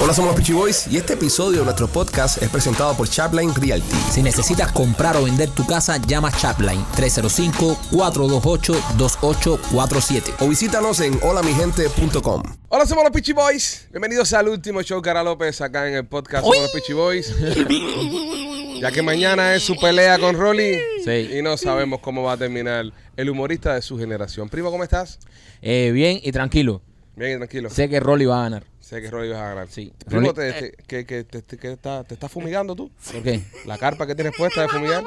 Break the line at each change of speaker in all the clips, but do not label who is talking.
Hola, somos los Peachy Boys y este episodio de nuestro podcast es presentado por Chapline Realty.
Si necesitas comprar o vender tu casa, llama Chapline 305-428-2847.
O visítanos en holamigente.com. Hola, somos los Peachy Boys. Bienvenidos al último show, Cara López, acá en el podcast Somos los Peachy Boys. Ya que mañana es su pelea con Rolly
Sí.
y no sabemos cómo va a terminar el humorista de su generación. Primo, ¿cómo estás?
Eh, bien y tranquilo.
Bien, tranquilo.
Sé que Rolly va a ganar.
Sé que Rolly vas a ganar.
Sí.
Primo,
Rolly-
te, te- que, que- te, te- que está, ¿te estás fumigando tú?
¿Por qué?
La carpa que tienes puesta de fumigar.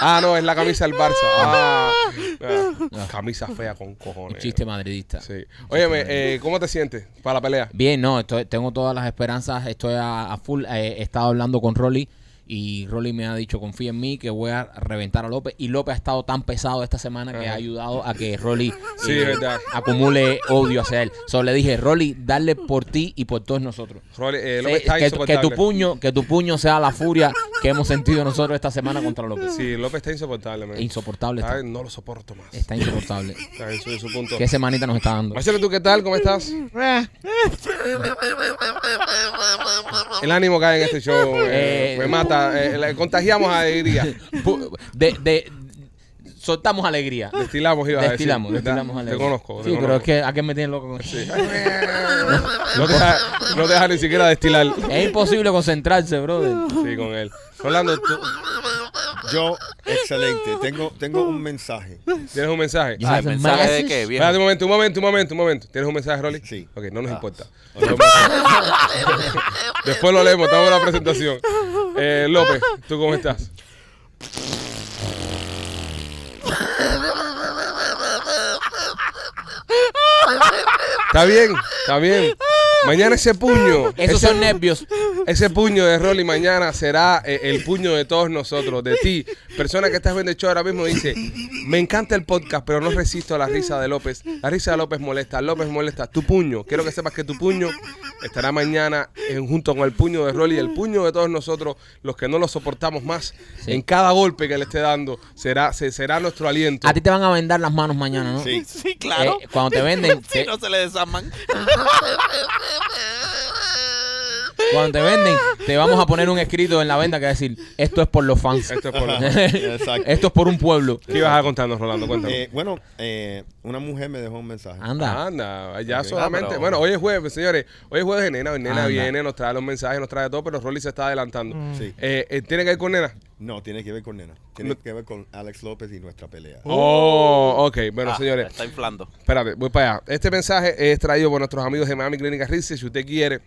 Ah, no, es la camisa del Barça. Ah, ah, camisa fea con
Un
cojones.
chiste madridista.
Sí. Óyeme, eh, ¿cómo te sientes para la pelea?
Bien, no, estoy- tengo todas las esperanzas, estoy a, a full. Eh, he estado hablando con Rolly y Rolly me ha dicho, confía en mí, que voy a reventar a López. Y López ha estado tan pesado esta semana que ha
Ajá.
ayudado a que Rolly
Sí,
eh,
verdad.
acumule odio hacia él. Solo le dije, Rolly, darle por ti y por todos nosotros.
Rolly, eh,
Sí,
López está
que, tu- que tu
insoportable.
puño, que tu puño sea la furia que hemos sentido nosotros esta semana contra López.
Sí, López está insoportable. man.
Insoportable
Ay,
está.
no lo soporto más.
Está insoportable.
Está en su, en su punto.
¿Qué semanita nos está dando?
Marcelo, ¿tú qué tal? ¿Cómo estás? El ánimo cae en este show. eh,
Eh,
me mata. eh, le contagiamos alegría.
Pu- De, de- soltamos alegría.
Destilamos, iba a decir.
Destilamos,
¿verdad?
destilamos alegría.
Te conozco. te
Sí, pero es
conozco.
que a qué me tienen loco con
No te deja, no te deja ni siquiera destilar.
Es imposible concentrarse, brother.
Sí, con él. Rolando, tú
Yo, excelente. Tengo, tengo un mensaje.
tienes un mensaje.
You have
el
a
mensaje
message?
de que viejo.
Espérate un momento, un momento, un momento, un momento. ¿Tienes un mensaje, Rolly?
Sí.
Ok, no nos importa. Después lo leemos, estamos en la presentación. Eh, López, ¿tú cómo estás? Está bien, está bien. Mañana ese puño.
Esos
ese-
son nervios.
Ese puño de Rolly mañana será eh, el puño de todos nosotros, de ti. Persona que estás viendo el show ahora mismo dice, me encanta el podcast, pero no resisto a la risa de López. La risa de López molesta, López molesta. Tu puño, quiero que sepas que tu puño estará mañana en- junto con el puño de Rolly, el puño de todos nosotros, los que no lo soportamos más.
Sí.
En cada golpe que le esté dando, será, se- será nuestro aliento.
A ti te van a vendar las manos mañana, ¿no?
Sí.
Sí, claro.
Eh, cuando te venden,
si
te-
no se le desarman.
Cuando te venden, te vamos a poner un escrito en la venda que va a decir, esto es por los fans.
Esto es por los fans.
Exacto.
esto es por un pueblo.
¿Qué ibas a contarnos, Rolando? Cuéntame.
Eh, bueno, eh, una mujer me dejó un mensaje.
Ah.
Anda.
Anda, ya
Ok.
solamente.
Ah, pero-
Bueno, hoy es jueves, señores. Hoy es jueves de nena. Nena
Anda.
viene, nos trae los mensajes, nos trae todo, pero Rolly se está adelantando.
Mm.
Sí.
Eh, eh, ¿Tiene que ir con nena?
No, tiene que ver con Nena. Tiene
No.
que ver con Alex López y nuestra pelea.
Uh.
Oh, ok. Bueno,
Ah,
señores.
Está inflando.
Espérate, voy para allá. Este mensaje es traído por nuestros amigos de Miami Clínica Research. Si usted quiere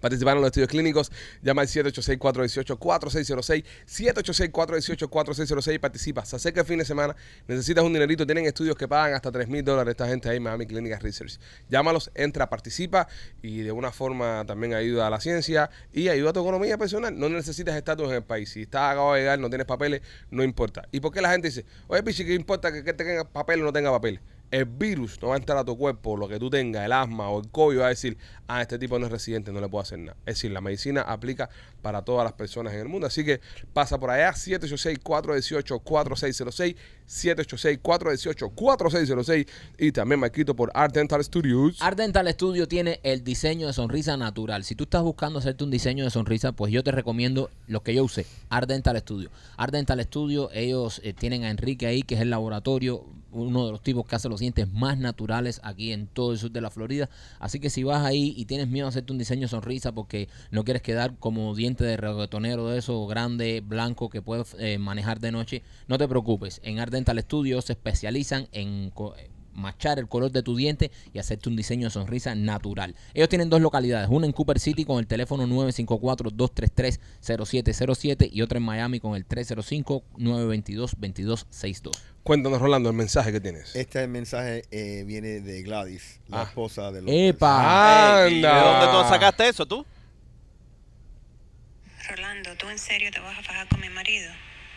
participar en los estudios clínicos, llama al 786-418-4606. 786-418-4606 y participa. Se acerca el fin de semana, necesitas un dinerito, tienen estudios que pagan hasta 3 mil dólares esta gente ahí en Miami Clínica Research. Llámalos, entra, participa y de una forma también ayuda a la ciencia y ayuda a tu economía personal. No necesitas estatus en el país. Si estás acabado de llegar, no tienes papeles, no importa. ¿Y por qué la gente dice, oye, pichi, ¿qué importa que, que tenga papeles o no tenga papeles? el virus no va a entrar a tu cuerpo, lo que tú tengas, el asma o el COVID, va a decir, ah, este tipo no es residente, no le puedo hacer nada. Es decir, la medicina aplica para todas las personas en el mundo. Así que pasa por allá, 786-418-4606, 786-418-4606 y también me quito por Art Dental Studios.
Art Dental Studio tiene el diseño de sonrisa natural. Si tú estás buscando hacerte un diseño de sonrisa, pues yo te recomiendo los que yo usé, Art Dental Studio. Art Dental Studio, ellos eh, tienen a Enrique ahí, que es el laboratorio, uno de los tipos que hace los dientes más naturales aquí en todo el sur de la Florida. Así que si vas ahí y tienes miedo a hacerte un diseño de sonrisa porque no quieres quedar como diente de reggaetonero de eso, grande, blanco, que puedes eh, manejar de noche, no te preocupes. En Art Dental Studio se especializan en... co- machar el color de tu diente y hacerte un diseño de sonrisa natural. Ellos tienen dos localidades, una en Cooper City con el teléfono 954-233-0707 y otra en Miami con el 305-922-2262.
Cuéntanos, Rolando, el mensaje que tienes.
Este mensaje eh, viene de Gladys, la
Ah.
esposa de López.
¡Epa!
¡Anda!
Ey, ¿y ¿De dónde tú sacaste eso, tú?
Rolando, ¿tú en serio te vas a fajar con mi marido?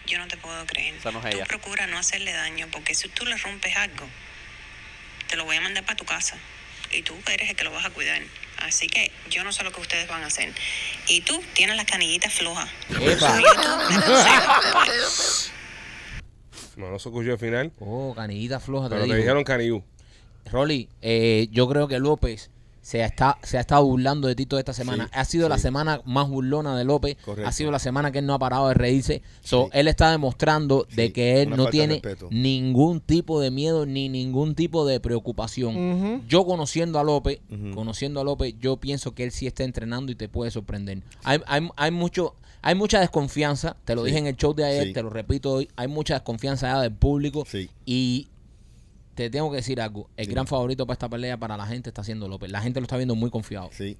Yo no te puedo creer.
Esa no es ella.
Tú procura no hacerle daño, porque si tú le rompes algo, te lo voy a mandar para tu casa. Y tú eres el que lo vas a cuidar. Así que yo no sé lo que ustedes van a hacer. Y tú tienes las canillitas flojas.
¡Epa!
No, no se escuchó el final,
Oh, canillita floja, te
pero te
digo.
dijeron Caniú.
Rolly, eh, yo creo que López se está se ha estado burlando de ti toda esta semana. ha sido la semana más burlona de López.
Correcto.
Ha sido la semana que él no ha parado de reírse. So, Él está demostrando de
Sí,
que él
una
no
falta de
tiene
respeto.
ningún tipo de miedo ni ningún tipo de preocupación. Yo conociendo a López, conociendo a López, yo pienso que él sí está entrenando y te puede sorprender. Hay, hay, hay mucho... Hay mucha desconfianza, te lo
Sí.
dije en el show de ayer,
Sí.
te lo repito hoy, hay mucha desconfianza ya del público
Sí.
y te tengo que decir algo. El gran favorito para esta pelea para la gente está siendo López. La gente lo está viendo muy confiado.
Sí.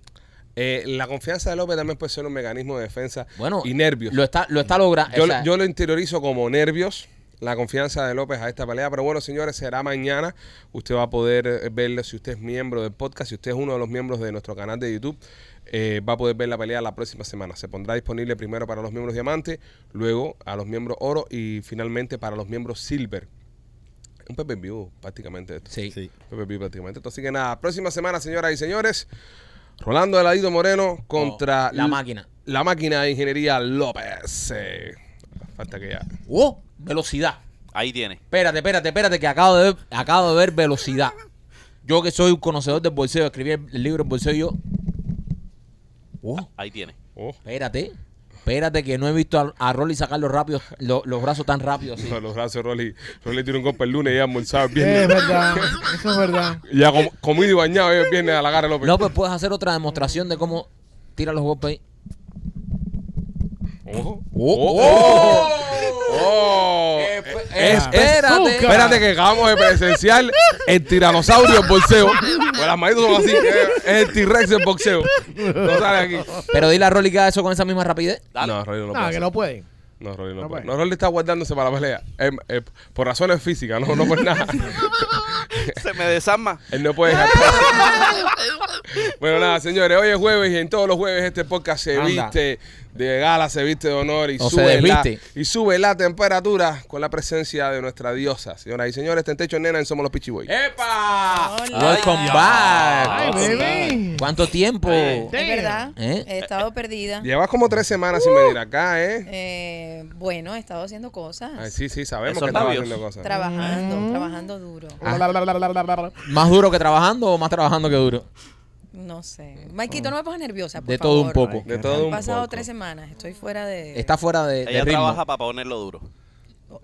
Eh, la confianza de López también puede ser un mecanismo de defensa
Bueno,
y nervios.
Lo está, lo está logrando.
Yo, yo lo interiorizo como nervios, la confianza de López a esta pelea. Pero bueno, señores, será mañana. Usted va a poder eh, verlo si usted es miembro del podcast, si usted es uno de los miembros de nuestro canal de YouTube. eh, va a poder ver la pelea la próxima semana. Se pondrá disponible primero para los miembros diamante, luego a los miembros oro y finalmente para los miembros silver. Un pay-per-view prácticamente esto.
sí.
Sí.
PPP prácticamente. Así que nada, próxima semana, señoras y señores, Rolando Eladito Moreno contra
Oh, la máquina.
La máquina de ingeniería López. Eh, falta que ya.
¡Oh! Velocidad.
Ahí tiene.
Espérate, espérate, espérate, que acabo de ver, acabo de ver velocidad. Yo que soy un conocedor del bolseo, escribí el, el libro del bolseo y yo. ¡Oh!
Ahí tiene.
Oh,
Espérate. Espérate que no he visto a, a Rolly sacar los, rápidos, lo- los brazos tan rápidos. así.
los brazos de Rolly. Rolly tiene un golpe el lunes y ya almorzado el
Eh, es
viernes.
verdad, eso es verdad.
ya com- comido y bañado eh, el viernes a la cara de López.
López, ¿puedes hacer otra demostración de cómo tira los golpes ahí?
Ojo.
Oh. Eh, pues,
Oh. Es- es-
Espérate.
Espérate que acabamos de presenciar el tiranosaurio en boxeo. Pues las manitos son así. eh, Es el T-Rex en boxeo. No sale aquí.
Pero dile a Rolly que haga eso con esa misma rapidez.
Dale.
No, Rolly no, puede
No, que
hacer.
no pueden.
No, Rolly no,
No
puede.
puede.
No, Rolly está guardándose para la pelea. Eh, eh, por razones físicas, no, no por nada.
Se me desarma.
Él no puede dejar pasar. Bueno, nada, señores. Hoy es jueves y en todos los jueves este podcast se
Anda.
viste de gala, se viste de honor y,
O se
sube la,
desviste.
y sube la temperatura con la presencia de nuestra diosa. Señoras y señores, Tentecho Nena en Somos los Pichiboy.
Eh.
¡Epa!
Hola.
Welcome back.
Ay, baby.
¿Cuánto tiempo?
Es verdad,
¿Eh?
he estado perdida.
Llevas como tres semanas
Uh.
sin venir acá, ¿eh?
Eh, bueno, he estado haciendo cosas.
Ay, sí, sí, sabemos
Esos
que estabas
labios.
haciendo cosas.
Trabajando,
Mm.
trabajando duro.
Ah.
¿Más duro que trabajando o más trabajando que duro?
No sé. Maikito, no me pongas nerviosa, por
De todo un
favor.
poco.
de todo
Han
un
pasado
poco.
tres semanas, estoy fuera de...
Está fuera de, de
Ella
ritmo.
trabaja para ponerlo duro.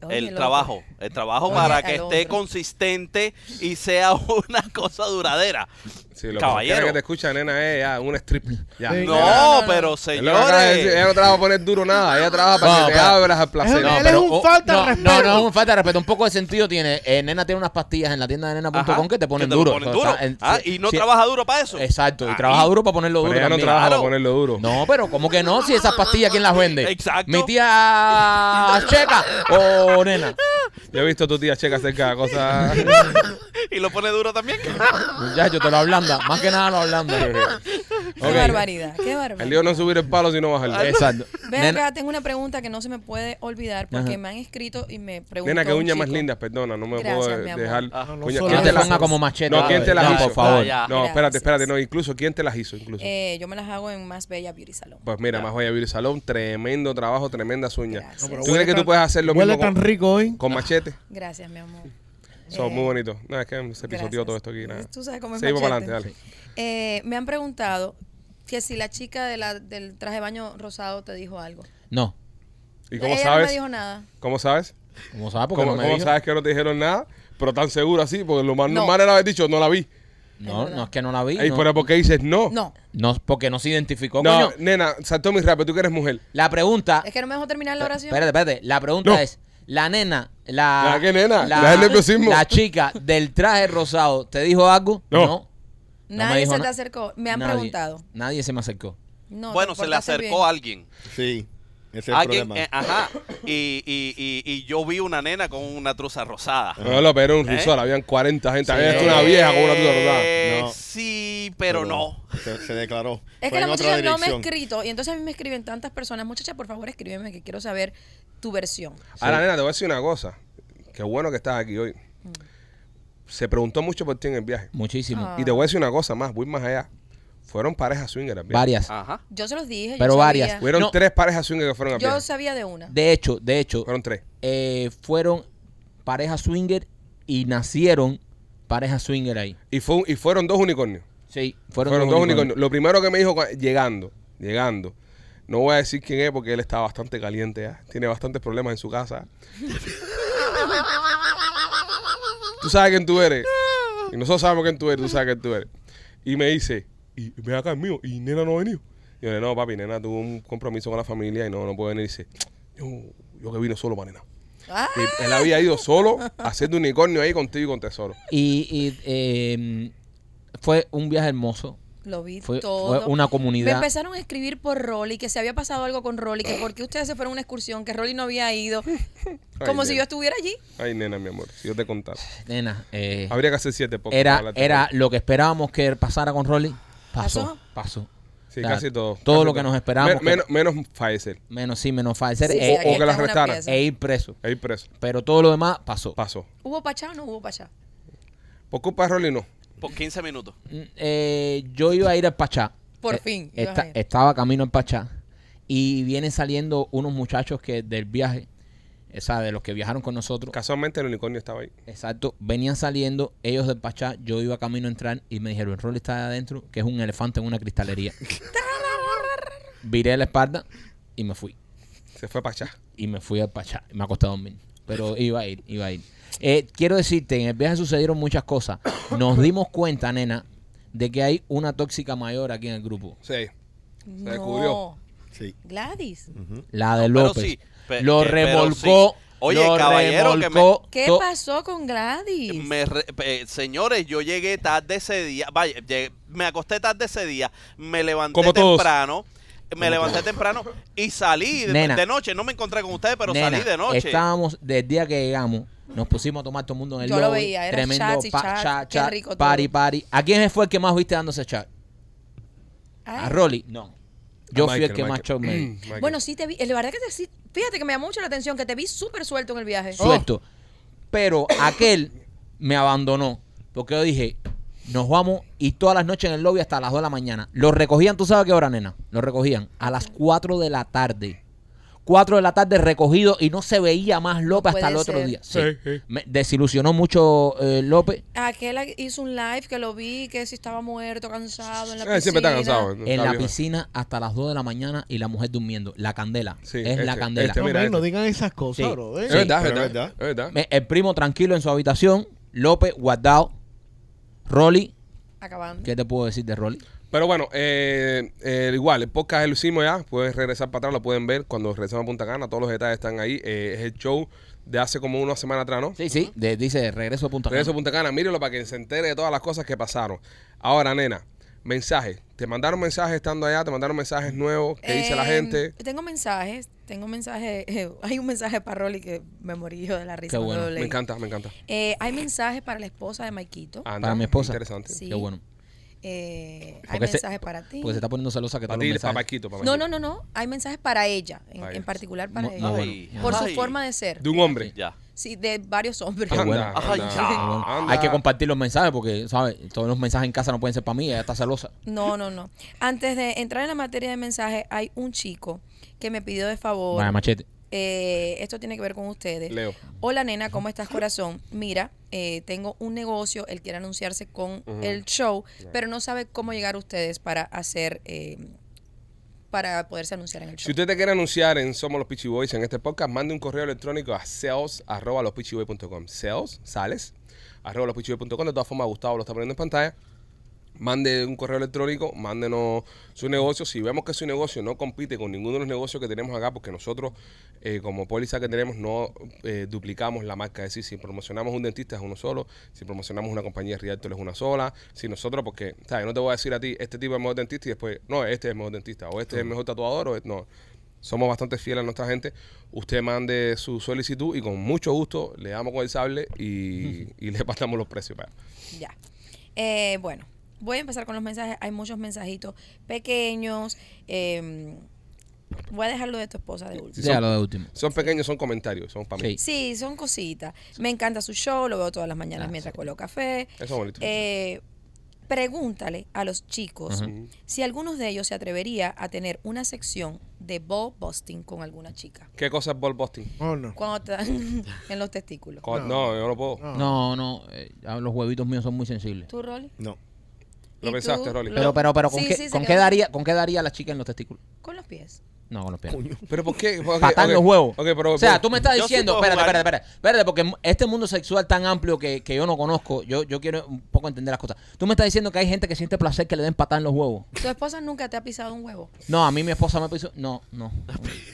Oye,
el
loco.
trabajo, el trabajo
Oye,
para
al
que esté
otro.
consistente y sea una cosa duradera.
Sí, lo
Caballero.
que te escucha, nena, es ya, un strip. Ya.
Sí.
No,
no, no.
pero
Es lo que acaba de decir, Ella
señores.
no trabaja a poner duro nada, ella trabaja para
No,
que te
pero-
abras al placer.
Él es
pero- oh,
un falta de
no,
respeto.
No, no, es un falta de respeto. Un poco de sentido tiene. Eh, nena tiene unas pastillas en la tienda de nena.com
Ajá,
que te ponen
lo
duro.
ponen
O sea,
duro.
el-
Ah, y no trabaja duro para eso. Ah,
Exacto. Y
Ahí.
trabaja duro para ponerlo
Pero
duro.
ella no
también.
trabaja para
Claro.
ponerlo duro.
No, pero ¿cómo que no? Si esas pastillas, ¿quién las vende?
Exacto.
¿Mi tía Checa o nena?
Yo he visto a tu tía Checa hacer cada cosa.
Y lo pone duro también.
Muchacho, te lo ablanda. Más que nada lo ablanda.
Qué
Ok.
barbaridad, qué
El lío
barbaridad.
no es subir el palo, sino bajarlo.
Exacto.
Ven
Nena,
acá, tengo una pregunta que no se me puede olvidar porque
Ajá.
me han escrito y me preguntan.
Nena, que uñas más lindas, perdona, no me
Gracias,
puedo
mi
eh,
amor.
dejar.
Ah, no,
no
Uñas-
solo
¿quién
no
te
te
las
ponga
hizo?
como machete.
No, ¿quién te las
No,
hizo? Ah,
por favor.
Ya, ya.
No, espérate,
Gracias.
espérate, no, incluso, ¿quién te las hizo? Incluso.
Eh, yo me las hago en Más Bella Beauty Salon.
Pues mira, más voy a vivir salón, tremendo trabajo, tremendas uñas.
Gracias. No,
¿Tú
pero
crees que tú puedes hacer lo
Huele
mismo
tan
con,
rico hoy.
con machete?
Gracias, mi amor.
Son
Eh,
muy bonitos. No, es que se pisoteó
gracias.
Este todo esto aquí. Nada.
Tú sabes cómo es
Seguimos para
machete.
adelante, dale.
Eh, me han preguntado que si la chica de la, del traje de baño rosado te dijo algo.
No.
¿Y cómo
Ella
sabes?
No me dijo nada.
¿Cómo sabes?
¿Cómo sabes? Porque
¿Cómo,
no me
cómo
dijo.
sabes que no te dijeron nada? Pero tan seguro así, porque lo más
No.
normal era haber dicho, no la vi.
No,
Es
no es que no la vi.
Ey,
no.
pero ¿por qué dices no?
No,
No, porque no se identificó,
No,
coño.
nena, saltó muy rápido, tú que eres mujer.
La pregunta...
es que no me dejó terminar la oración.
Espérate, espérate. La pregunta
No.
es... La nena, la...
¿La qué nena? ¿La del nerviosismo?
La chica del traje rosado, ¿te dijo algo?
No.
me
Nadie
dijo
se
na-
te acercó. Me han
Nadie.
preguntado.
Nadie se me acercó.
No, te
bueno, se le
portaste
acercó
bien.
alguien.
Sí. Ese es el
Alguien,
problema.
eh, ajá. Y, y, y, y yo vi una nena con una truza rosada.
No, lo pero era un
¿Eh?
risol, habían 40 gente.
Sí.
Había hasta una vieja con una tuya rosada.
Eh,
No.
Sí, pero no.
Se, se declaró.
Es
Fue
que la
en otra
muchacha no me ha
dirección.
escrito y entonces a mí me escriben tantas personas. Muchacha, por favor, escríbeme que quiero saber tu versión.
Ahora, nena, te voy a decir una cosa. Qué bueno que estás aquí hoy.
Mm.
Se preguntó mucho por ti en el viaje.
Muchísimo.
Ah.
Y te voy a decir una cosa más, voy más allá. Fueron parejas swinger al viaje.
Varias.
Ajá.
Yo se los dije. yo
Pero
sabía.
varias.
Fueron
No.
tres parejas swinger que fueron al
Yo
viaje.
sabía de una.
De hecho, de hecho,
Fueron tres.
eh, fueron pareja swinger y nacieron pareja swinger ahí.
Y, fue un- y fueron dos unicornios.
Sí, fueron,
Fueron dos unicornios.
unicornios.
Lo primero que me dijo cua- llegando, llegando. No voy a decir quién es porque él está bastante caliente ya. Tiene bastantes problemas en su casa. tú sabes quién tú eres. Y nosotros sabemos quién tú eres, tú sabes quién tú eres. Y me dice, y ve acá el mío, y nena no ha venido. Y yo le digo, no, papi, nena tuvo un compromiso con la familia y no, no puede venir. Y dice, yo, yo que vino solo para nena.
Ah,
Y él había ido solo a hacer de unicornio ahí contigo y con tesoro.
Y, y, eh, fue un viaje hermoso.
lo vi
Fue-
todo.
fue una comunidad. Eh.
Me empezaron a escribir por Rolly, que se había pasado algo con Rolly, que porque ustedes se fueron a una excursión, que Rolly no había ido.
Ay,
Como si
nena.
yo estuviera allí.
Ay, nena, mi amor, si yo te contara.
Nena, eh,
Habría que hacer siete podcasts para
era,
hablar de
era
todo.
lo que esperábamos que pasara con Rolly. Pasó, pasó.
Sí,
o sea,
casi todo.
todo
casi
lo que nos esperábamos
Men- menos, menos fallecer.
Menos sí, menos fallecer
Sí,
e,
sí, aquí
o que la
está una
arrestaran.
pieza.
e ir preso.
Ahí preso.
Pero todo lo demás pasó.
Pasó.
¿Hubo pachá o no hubo pachá?
Por culpa de Rolly, no.
Por 15 minutos.
Mm, eh, yo iba a ir al Pachá.
Por
Eh,
fin, ibas
esta-
a ir.
estaba camino al Pachá. Y vienen saliendo unos muchachos que del viaje, o sea, de los que viajaron con nosotros.
Casualmente el unicornio estaba ahí.
Exacto, venían saliendo ellos del Pachá, yo iba camino a entrar y me dijeron, el rol está allá adentro, que es un elefante en una cristalería. Viré la espalda y me fui.
Se fue para allá.
Y me fui al Pachá. Me ha costado dormir, pero iba a ir, iba a ir. Eh, quiero decirte, en el viaje sucedieron muchas cosas. Nos dimos cuenta, nena, de que hay una tóxica mayor aquí en el grupo.
Sí.
no.
descubrió.
Sí.
Gladys.
La de
¿Mm? pero
López.
sí, pe-
lo
que- pero
remolcó.
sí. Oye,
lo
caballero, que me-
remolcó
¿Qué
to-
pasó con Gladys?
Me re- eh, señores, yo llegué tarde ese día. Vaya, llegué- me acosté tarde ese día. Me levanté
Como todos.
temprano. Me levanté temprano y salí de,
Nena.
de noche. No me encontré con ustedes, pero
Nena,
salí de noche.
Estábamos, desde el día que llegamos, nos pusimos a tomar todo el mundo en el
Yo lo
lobby.
veía, era
tremendo
chats y chats, qué
chat,
rico todo.
party, party. ¿A quién fue el que más viste dándose chat?
Ay.
¿A Rolly? No. Yo
A
fui el
Michael,
que más
Michael.
show me di.
Michael.
Bueno, sí te vi. eh, La verdad que te, sí, fíjate que me llamó mucho la atención que te vi súper suelto en el viaje.
Oh.
Suelto. Pero aquel me abandonó. Porque yo dije, nos vamos y todas las noches en el lobby hasta las 2 de la mañana. Lo recogían, ¿tú sabes a qué hora, nena? Lo recogían a las 4 de la tarde. 4 de la tarde recogido y no se veía más López
No
hasta el
puede
otro
ser.
día. Sí.
Sí, sí.
Me desilusionó mucho eh, López.
Oh. Aquel hizo un live que lo vi, que si estaba muerto, cansado en la piscina.
Eh, siempre está cansado.
en
está
la
viejo.
piscina hasta las 2 de la mañana y la mujer durmiendo. La candela.
Sí,
es
este,
la candela.
este,
No,
mira
men, no
este.
digan esas cosas,
Sí.
bro.
Es
eh.
verdad, es
pero
verdad. Es
es
verdad.
Me- el primo tranquilo en su habitación. López guardado. Rolly.
Acabando.
¿Qué te puedo decir de Rolly?
Pero bueno, eh, eh, igual, el podcast lo hicimos ya. Pueden regresar para atrás, lo pueden ver cuando regresamos a Punta Cana. Todos los detalles están ahí. Eh, es el show de hace como una semana atrás, ¿no?
Sí, sí. de- dice regreso a punto
Regreso a Punta Cana, mírelo para que se entere de todas las cosas que pasaron. Ahora, nena, mensaje. ¿Te mandaron mensajes estando allá? ¿Te mandaron mensajes nuevos? ¿Qué dice la
Eh,
gente?
Tengo mensajes. Tengo mensajes. eh, hay un mensaje para Rolly que me morí yo de la risa.
Qué
cuando
bueno.
lo
Me
leí.
encanta, Ah. me encanta.
Eh, hay mensajes para la esposa de Maikito.
Anda,
Para mi esposa.
Interesante.
Sí.
Qué bueno.
Eh, hay
Porque se-
mensajes para ti.
Porque se está poniendo celosa que
Para
todos
ti,
los
para
mensajes.
Paquito, para
No, no,
Paquito.
no, no. Hay mensajes para ella, en,
Para
en
ella.
particular para
Muy-
ella.
muy
Ay,
bueno.
Por
ay,
su forma de ser.
De un hombre.
Ya.
Sí, de varios hombres.
Qué bueno.
Anda,
Ay,
anda,
ya.
Qué Ah, bueno.
Ah, anda.
Hay que compartir los mensajes porque, ¿sabes? Todos los mensajes en casa no pueden ser para mí. Ella está celosa.
No, no, no. Antes de entrar en la materia de mensajes, hay un chico que me pidió de favor.
Vaya machete.
Eh, esto tiene que ver con ustedes.
Leo.
Hola nena, ¿cómo estás corazón? Mira, eh, tengo un negocio, él quiere anunciarse con el show, pero no sabe cómo llegar a ustedes para hacer, eh, para poderse anunciar en el
Si
show.
usted te quiere anunciar en Somos los Peachy Boys en este podcast, mande un correo electrónico a sales arroba los Sales, sales, arroba los De todas formas, Gustavo lo está poniendo en pantalla. Mande un correo electrónico, mándenos su negocio. Si vemos que su negocio no compite con ninguno de los negocios que tenemos acá, porque nosotros, eh, como póliza que tenemos, no eh, duplicamos la marca. Es decir, si promocionamos un dentista es uno solo, si promocionamos una compañía de Rialto es una sola. Si nosotros, porque, ¿sabes? No te voy a decir a ti, este tipo es mejor dentista y después, no, este es el mejor dentista, o este es el mejor tatuador, o no. Somos bastante fieles a nuestra gente. Usted mande su solicitud y con mucho gusto le damos con el sable y, y le pasamos los precios. para.
Ya. Eh, bueno, voy a empezar con los mensajes. Hay muchos mensajitos pequeños. eh, voy a dejarlo de tu esposa de último.
Sí,
Déjalo
son-
de último.
Son pequeños, son comentarios, son para mí.
Sí.
Sí, son cositas. Me encanta su show, lo veo todas las mañanas
Ah,
mientras
sí.
colo café.
Eso es bonito.
Eh, pregúntale a los chicos si algunos de ellos se atrevería a tener una sección de ball busting con alguna chica.
¿Qué cosa es ball busting?
Oh, no.
Cuando te dan en los testículos.
Co- No, yo no puedo.
No, no. eh, ah, los huevitos míos son muy sensibles.
¿Tú, Rolly?
No.
Lo
¿Y
pensaste,
tú?
Rolly.
Lo-
Pero, pero, pero, ¿con,
Sí,
qué,
sí, se
¿con
quedó.
qué daría, ¿con qué daría la chica en los testículos?
Con los pies.
No, con los pies.
Pero ¿por qué? Ok,
Patán
ok.
los huevos.
Ok, pero,
o sea,
pero-
tú me estás
Yo sí
diciendo,
puedo
espérate,
jugar.
espérate, espérate, espérate, porque mu- este mundo sexual tan amplio que, que yo no conozco, yo, yo quiero un poco entender las cosas. Tú me estás diciendo que hay gente que siente placer que le den patán en los huevos.
Tu esposa nunca te ha pisado un huevo.
No, a mí mi esposa me piso. No, no.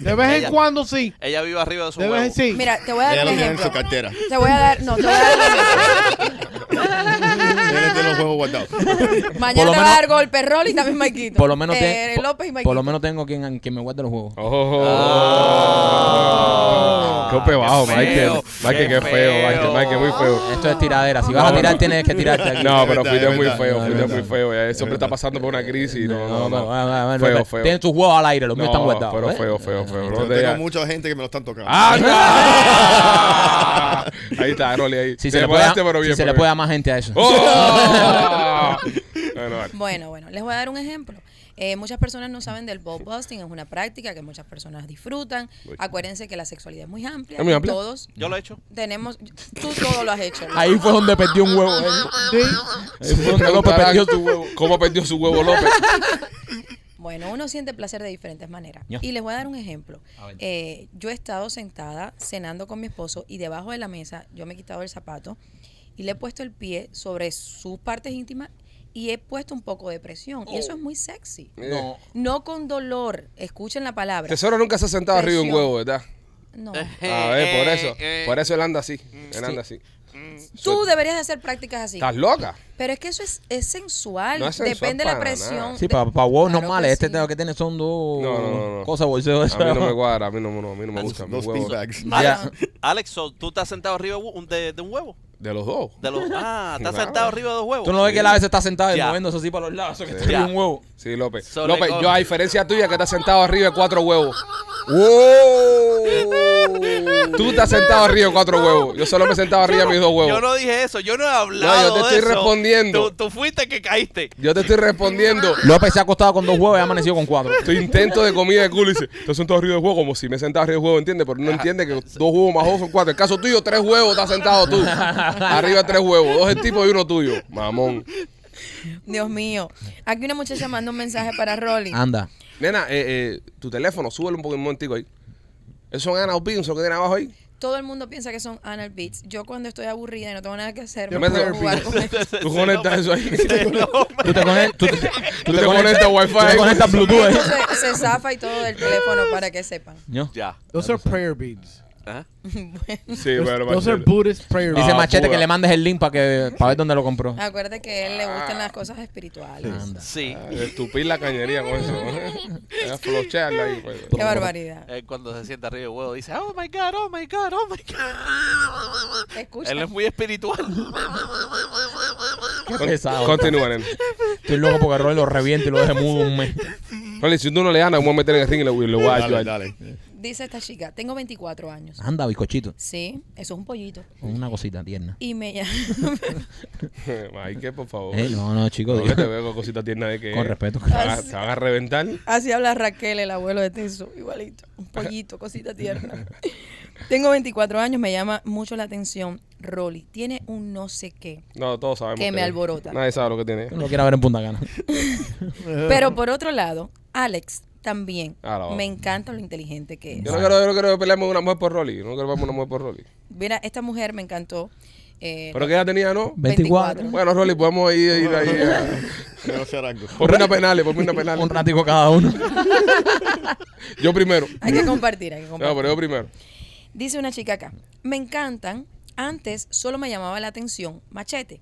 De vez
Ella-
en cuando sí.
Ella vive arriba de su
De vez en
huevo.
sí.
Mira, te voy a
Ella
dar
lo
un
tiene en su
ejemplo.
cartera.
Te voy a dar, no, te voy a dar un ejemplo.
Ella le tiene este los huevos guardados.
Mañana
lo
te va
menos-
a dar golpe Rolly y también Maikito.
Por lo menos, te-
eh,
por-
López y Maikito.
por lo menos tengo quien, quien me guarde los huevos.
Oh.
Ah,
Ah,
qué pebado,
qué
Michael.
feo,
Michael, qué
qué
feo, Michael,
feo.
Michael, muy Oh, feo.
Esto es tiradera. Si vas
No,
a tirar,
no.
tienes que tirarte aquí.
No,
Es
pero
verdad,
Fidel
es
muy
verdad,
feo,
es
Fidel
verdad.
muy feo. ya, Ese
Es
hombre está
verdad.
pasando por una crisis. No,
No,
no,
no,
no.
ah, ah, ah,
Feo,
pero
feo.
Tienen sus huevos al aire, los míos están guardados.
pero
¿eh?
feo, feo, feo.
Yo
No te
tengo
digas.
mucha gente que me lo están tocando.
¡Ah! no! Ahí está, Rolly, ahí.
Si
Te
se, le puede,
demoraste,
dar-
pero
si
bien,
se le
pero
puede
bien.
dar más gente a eso.
¡Oh! Bueno, vale.
Bueno, bueno, les voy a dar un ejemplo. Eh, muchas personas no saben del ball busting, es una práctica que muchas personas disfrutan. Acuérdense que la sexualidad es muy amplia.
Es muy amplia.
Todos
Yo lo he hecho.
tenemos, tú todo lo has hecho. ¿no?
Ahí fue donde perdió un huevo. él.
Sí.
Ahí fue donde López
Preguntarán
perdió su huevo.
¿Cómo perdió su huevo López?
Bueno, uno siente placer de diferentes maneras.
Ya.
Y les voy a dar un ejemplo.
A ver.
Eh, yo he estado sentada cenando con mi esposo y debajo de la mesa yo me he quitado el zapato y le he puesto el pie sobre sus partes íntimas y he puesto un poco de presión. Y eso es muy sexy.
No.
No con dolor, escuchen la palabra.
Tesoro nunca se ha sentado arriba de un
Presión.
huevo, ¿verdad?
No.
A ver, por
Eh,
eso.
eh, Mm.
Por eso él anda así. Él anda así.
Tú deberías de hacer prácticas así.
¿Estás loca?
Pero es que eso es, es sensual.
No es sensual
Depende de la
para
presión.
nada.
Sí,
de-
para pa huevos
Claro
normales.
que
Este
sí.
tengo que tiene son dos
No, no, no, no.
cosas bolseo.
A mí no me cuadra, a mí no, no, a mí no me gusta. mis
Dos
huevos.
bags.
Ya.
Alex, so, tú estás sentado arriba de un- de, de un huevo.
De los dos.
De los, ah, estás
Claro.
sentado arriba de dos huevos.
Tú no ves que él a veces está sentado y
Ya.
moviéndose así para los lados. Eso que
Ya.
está un huevo.
Sí, López.
Sobre
López,
con-
yo a diferencia tuya que estás sentado arriba de cuatro huevos. Tú estás sentado arriba de cuatro huevos. Yo solo me he sentado arriba de mis dos
Yo
huevos.
no dije eso, yo no he
No,
hablado.
yo te
de
estoy
eso.
respondiendo.
Tú, tú fuiste que caíste.
Yo te estoy respondiendo.
López se ha acostado con dos huevos y ha amanecido con cuatro.
Tu intento de comida de culo y dice, estás sentado arriba de juego, como si me he sentado arriba de juego, ¿entiendes? Pero no entiende que dos huevos más dos son cuatro. El caso tuyo, tres huevos estás sentado tú. Arriba tres huevos, dos del tipo y uno tuyo. Mamón.
Dios mío. Aquí una muchacha manda un mensaje para Rolly.
Anda.
Nena, eh, eh, tu teléfono, súbelo un poco un momentico ahí. Esos son Ana Opinions, lo que tiene abajo ahí.
Todo el mundo piensa que son anal beats. Yo cuando estoy aburrida y no tengo nada que hacer,
Yo
me
me
puedo
doy
jugar
beats.
con esto.
Tú conectas eso ahí.
Tú te conectas, tú, te- tú
te conectas Wi-Fi.
Tú te conectas Bluetooth.
Esto
¿eh?
se, se zafa y todo del teléfono para que sepan.
Yo.
Ya.
Those are prayer beads.
Ajá.
Sí,
Those,
pero
those are Buddhist prayer
Dice
Ah,
beads.
Machete
puga.
que le mandes el link para que para ver dónde lo compró.
Acuérdate que a él le gustan las cosas espirituales.
Anda.
Sí.
Estupir la cañería con eso. ¿no? Flochearla ahí. pues.
Qué barbaridad.
Él Eh, cuando se sienta arriba del huevo dice, oh my god, oh my god, oh my god.
Escucha.
Él es muy espiritual.
Qué
Con-
pesado.
Continúa, nena.
Estoy loco porque Roy lo reviente y lo deje mudo un mes.
Rolly, si tú no le ganas, me voy a meter en el ring y le voy le voy a
Dale,
ayudar.
dale.
Dice esta chica, tengo 24 años.
Anda, bizcochito.
Sí, eso es un pollito.
Una cosita tierna.
Y me llama.
Mike, por favor.
Ey, Eh, no, no, chicos.
Oh. No, que te veo con cositas tiernas de que.
Con respeto.
Te van a- te van a reventar.
Así habla Raquel, el abuelo de Teso, igualito. Un pollito, cosita tierna. Tengo 24 años, me llama mucho la atención. Rolly, tiene un no sé qué.
No, todos sabemos.
Que me
es.
alborota.
Nadie sabe lo que tiene.
Yo no lo quiero ver en Punta Cana.
Pero por otro lado, Alex también.
Eh. Ah, la va.
Me encanta lo inteligente que es.
Yo no quiero, yo no quiero pelearme con una mujer por Rolly. Yo No quiero pelearme con una mujer por Rolly.
Mira, esta mujer me encantó. eh,
Pero que ya tenía, ¿no?
24.
Bueno, Rolly, podemos ir, ir ahí. a-
Negociar algo.
Por una penal, por una penal.
Un ratico cada uno.
Yo primero.
Hay que compartir, hay que compartir.
No, pero yo primero.
Dice una chica acá, me encantan, antes solo me llamaba la atención machete,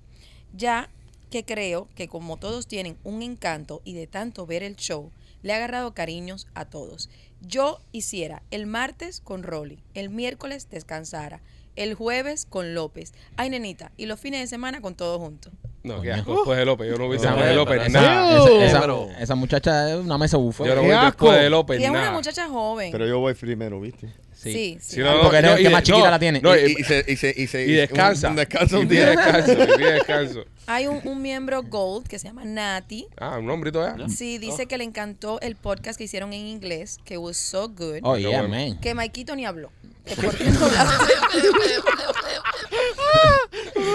ya que creo que como todos tienen un encanto y de tanto ver el show, le he agarrado cariños a todos. Yo hiciera el martes con Rolly, el miércoles descansara, el jueves con López, ay nenita, y los fines de semana con todos juntos.
No, qué asco. Después de López. Yo no hubiese
No,
después de
pero
López.
esa-
Nada.
Esa, esa-
Pero-
esa muchacha es una mesa buffet.
Yo no
Qué
voy después
asco.
de López.
Y es una
Pues nada.
muchacha joven.
Pero yo voy primero, ¿viste?
sí, sí.
Si no, no,
Porque
no,
es el
y
que
de-
más chiquita
no,
la tiene.
No, y,
y, y se, y, se, y, se,
y descansa.
Un, un descansa
Y
un día.
descanso, y día descanso.
Hay un, un miembro Gold que se llama Nati.
Ah, Oh. un hombrito ya.
Sí, dice que le encantó el podcast que hicieron en inglés, que was so good.
Oh, yeah,
bueno.
man.
Que Maikito ni habló. Que por qué no hablaste.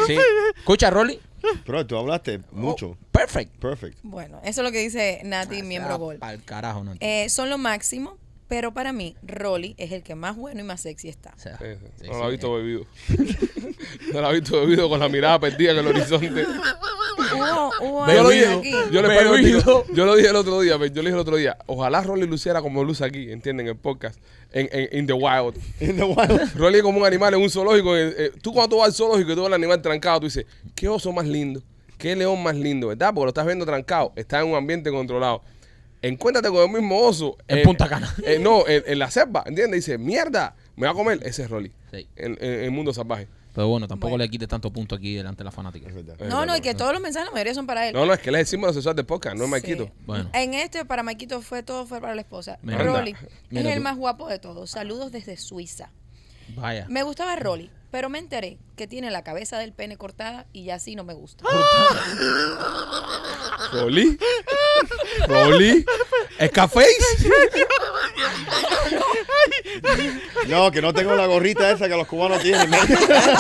Sí. Escucha, Rolly.
Pero tú hablaste mucho. Oh.
Perfect. Perfect.
Perfect.
Bueno, eso es lo que dice Nati, miembro Gol.
Al carajo, Nati.
Eh, son lo máximo, pero para mí, Rolly es el que más bueno y más sexy está.
O sea,
Sí, sí.
sí,
no
sí,
lo ha
eh.
visto bebido. no lo ha visto bebido con la mirada perdida en el horizonte.
Hubo, hubo
Yo lo
alguien
dije,
aquí.
yo le
Bebido.
pero digo, yo lo dije el otro día, yo le dije el otro día, ojalá Rolly luciera como luce aquí, ¿entienden? En el podcast, en, en in the wild.
In the wild.
Rolly es como un animal en un zoológico. eh, eh, tú cuando tú vas al zoológico y tú ves al animal trancado, tú dices, qué oso más lindo, qué león más lindo, ¿verdad? Porque lo estás viendo trancado, está en un ambiente controlado. Encuéntrate con el mismo oso.
En
eh,
Punta Cana.
eh, no, en, en la selva, ¿entiendes? Dice, mierda, me va a comer. Ese es Rolly.
Sí.
En en- en el mundo salvaje.
Pero bueno, tampoco
Bueno.
le quite tanto punto aquí delante de la fanática.
Es verdad.
No, no, y que todos los mensajes, la mayoría son para él.
No, no, es que él es el símbolo sexual de podcast, no es Marquito.
Sí.
Bueno.
En este, para Maquito fue todo fue para la esposa.
Mira.
Rolly
Anda.
Mira
es el
tú.
más guapo de todos. Saludos desde Suiza.
Vaya.
Me gustaba Rolly, pero me enteré que tiene la cabeza del pene cortada y ya así no me gusta.
Rolly. Rolly. Scarface.
No, que no tengo la gorrita esa que los cubanos tienen.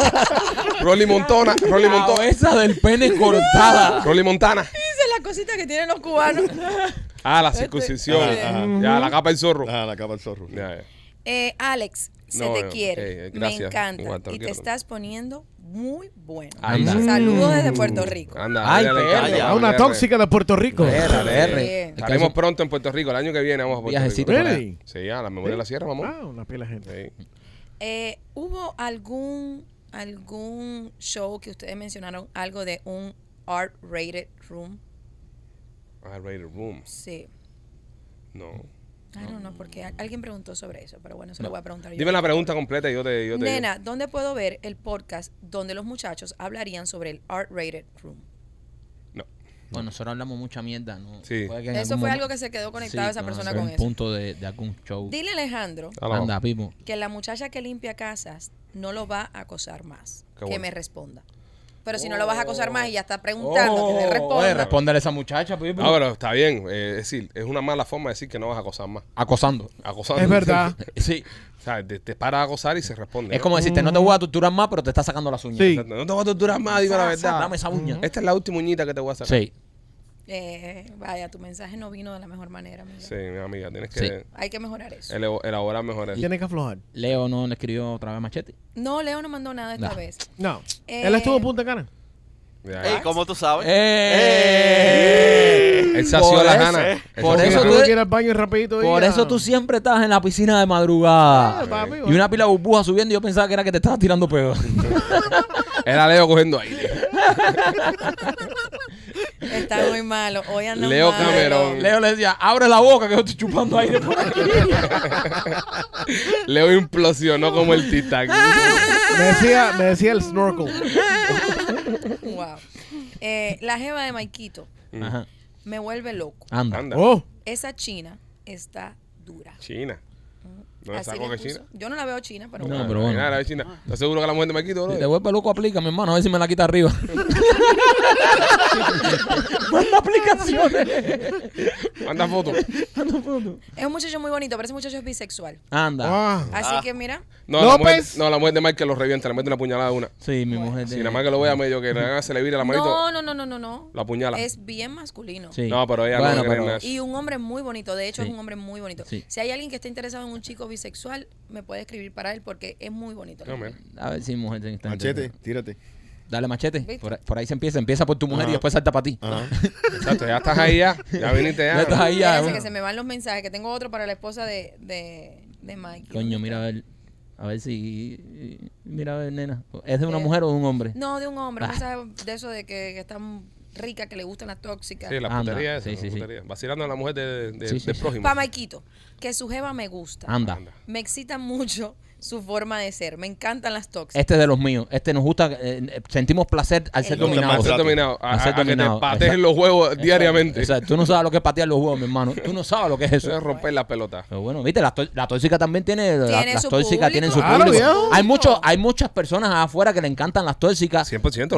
Rolly Montona. Rolly Montona.
Cabeza del pene cortada.
Rolly Montana.
Dice la cosita que tienen los cubanos.
Ah, la circuncisión.
Ajá, ajá.
Ya, la capa del zorro.
Ah, la capa del zorro.
Ya, ya.
Eh, Alex, se
No,
te
eh,
quiere.
eh,
me
gracias,
encanta.
igual, te lo
y te
quiero. Ah.
estás poniendo muy bueno.
Anda.
Saludos desde
Mm.
Puerto Rico.
Anda,
Ay,
ya pues. le
perro.
encanta,
Ah, A una
ya,
tóxica de Puerto Rico.
ya, ya.
Bien.
Estaremos pronto en Puerto Rico. El año que viene vamos a Puerto
Viajecito
Rico.
por allá. Really?
Sí, a la memoria de la sierra, mamón.
Ah, una pila de gente.
Sí.
Eh, ¿Hubo algún, algún show que ustedes mencionaron algo de un R-rated room?
Ah, Raider Room.
Sí.
No.
I don't know, porque al- alguien preguntó sobre eso, pero bueno, se lo voy a preguntar yo.
Dime la pregunta completa y yo te. Yo te
Nena, ¿dónde puedo ver el podcast donde los muchachos hablarían sobre el R-rated room?
No.
Bueno, nosotros hablamos mucha mierda, ¿no?
Sí.
Puede que en
Eso
algún
fue
momen-
algo que se quedó conectado
Sí,
a esa
con
persona
algún
con eso.
punto de, de algún show.
Dile a Alejandro
Aló.
Anda, Pipo.
que la muchacha que limpia casas no lo va a acosar más.
Qué
que
bueno.
me responda. Pero si no lo vas a acosar más y ya está preguntando que le
Oh,
responda.
oye, respóndele a esa muchacha, Pipo.
No, pero está bien. eh, es decir, es una mala forma de decir que no vas a acosar más.
Acosando.
Acosando.
Es verdad.
Sí.
O sea, te, te para a acosar y se responde.
Es como decirte, no te voy a torturar más, pero te está sacando las uñas.
Sí.
Exacto, No te voy a torturar más, dime
Sa-
la
sa-
verdad.
dame esa uña.
Esta es la última uñita que te voy a sacar.
Sí.
Eh, vaya, tu mensaje no vino de la mejor manera, amiga.
Sí, mi amiga, tienes que
Sí.
Hay que mejorar eso.
ele- elaborar mejor eso.
Tiene que aflojar.
Leo no le escribió otra vez machete.
No, Leo no mandó nada esta
No.
vez.
No.
Eh,
Él estuvo en Punta Cana.
Ya,
Ey,
ya.
¿cómo tú sabes?
¡Eh!
Él sació
Por
las
eso-
ganas. Él
Por
sació
Porque
eso
las
tuvo
tú,
ganas.
que ir al baño rapidito. y
por
a-
eso tú siempre estás en la piscina de
Ah,
madrugada.
papi,
Y una pila de burbujas subiendo y yo pensaba que era que te estabas tirando pedo.
Era Leo cogiendo aire.
Está muy malo. Hoy anda
Leo
malo.
Cameron.
Leo le decía, abre la boca que yo estoy chupando aire por aquí.
Leo implosionó como el Titanic.
Me decía, me decía el snorkel.
Wow. Eh, la jeva de Maikito
Ajá.
me vuelve loco.
Anda.
Anda.
Oh,
Esa china está dura.
China. No
Así
sacó
le
que
puso.
China.
Yo no la veo china, pero
No,
bueno.
pero bueno.
Nada, la China. ¿Estás seguro que la mujer de Maquito,
Si
bro?
te vuelve loco, aplica, mi hermano. A ver si me la quita arriba. Manda aplicaciones.
Manda fotos.
Es un muchacho muy bonito, pero ese muchacho es bisexual.
Anda.
ah.
Así que mira,
No, la mujer,
López.
no, la mujer de Mike que lo revienta, le mete una puñalada de una.
Sí, mi mujer.
Si
de-
nada más que lo vea medio que le haga, se le vire la manito.
no, no, no, no, no, no.
La apuñala.
Es bien masculino.
Sí.
No, pero ella no
Bueno,
cree
pero-
en nada.
Y un hombre muy bonito, de hecho
Sí.
es un hombre muy bonito.
Sí.
Si hay alguien que esté interesado en un chico bisexual, me puede escribir para él porque es muy bonito.
No, mira.
A ver si mujer está
Machete, tírate.
Dale machete.
¿Viste?
Por, ahí- por ahí se empieza. Empieza por tu mujer y después salta para ti.
Exacto, ya estás ahí ya. Ya viniste ya.
Ya estás ahí ya.
Espérense
bueno.
que se me van los mensajes, que tengo otro para la esposa de, de, de Mike.
Coño, mira a ver. A ver si. Mira a ver, nena. ¿Es de una
Eh,
mujer o de un hombre?
No, de un hombre, un
Ah.
mensaje de eso de que, que está rica, que le gustan las tóxicas.
Sí, la
Anda,
putería esa,
sí,
la
sí, sí.
putería. Vacilando a la mujer de, de,
Sí, sí,
del
sí.
prójimo.
Pa' Maikito, que su jeva me gusta.
Anda.
Anda.
Me excita mucho su forma de ser. Me encantan las tóxicas.
Este es de los míos. Este nos gusta. eh, eh, sentimos placer al ser
Lo que
Al
dominados.
ser
maltrato.
dominado. A,
Al ser
a- a que te
dominado,
pateen
exacto.
los huevos diariamente.
O sea, tú no sabes lo que es patear los huevos, mi hermano. Tú no sabes lo que es
Eso
eso.
es romper la pelota.
Pero bueno, viste, la, to- la tóxica también tiene, la-
Tiene
las
su
tóxicas tienen su
público. Claro,
público.
viejo.
hay mucho, hay muchas personas afuera que le encantan las tóxicas.
100%,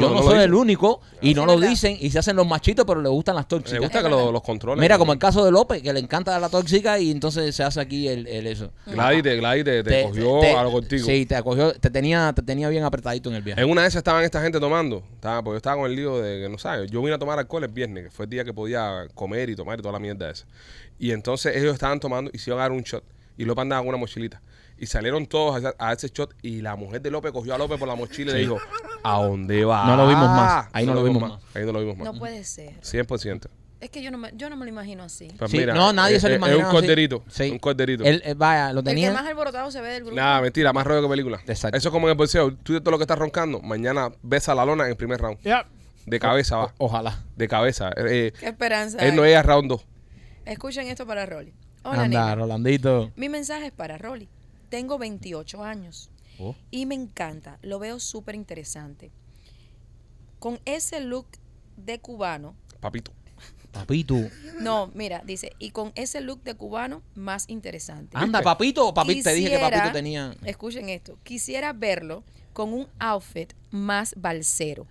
Yo
no,
no,
no lo
soy
dicen.
el único y no
Es
lo
verdad.
dicen y se hacen los machitos, pero le gustan las
Me
tóxicas.
Pues gusta que lo- los controles.
Mira, como el caso de López, que le encanta la tóxica y entonces se hace aquí el, el eso.
Gladys, te, Gladys te, te
Te-
cogió
te-
palo contigo.
Sí, te acogió, te tenía, te tenía bien apretadito en el viaje.
En una de esas estaban esta gente tomando. Estaba, porque yo estaba con el lío de que no sabes. Yo vine a tomar alcohol el viernes, que fue el día que podía comer y tomar y toda la mierda esa. Y entonces ellos estaban tomando y se iban a dar un shot. Y López andaba con una mochilita. Y salieron todos a, a ese shot. Y la mujer de López cogió a López por la mochila y le dijo: ¿A dónde va?
No lo vimos más. Ahí no lo vimos
Ahí no
Este.
lo vimos más.
No puede ser.
100%.
Es que yo no me, yo no me lo imagino así.
Pues
Sí,
mira,
no, nadie
es-
se lo
es-
imaginaba.
Es un
así.
corderito.
Sí.
Un corderito.
Él, eh, vaya, lo
El
tenía.
que más alborotado se ve del grupo.
Nada, mentira, más rollo que película.
Exacto.
Eso es como en el bolseo. Tú de todo lo que estás roncando, mañana besa la lona en el primer round.
Ya.
De cabeza va.
Ojalá.
De cabeza. Eh,
Qué esperanza.
él no
hay.
llega a round 2.
Escuchen esto para Rolly. Hola,
Anda,
nena.
Rolandito.
Mi mensaje es para Rolly. Tengo 28 años
Oh.
y me encanta. Lo veo súper interesante. Con ese look de cubano,
Papito.
Papito.
no, mira, dice, y con ese look de cubano más interesante.
Anda, papito. Papito, te dije que
Quisiera-
papito tenía.
Escuchen esto. Quisiera verlo con un outfit más balsero.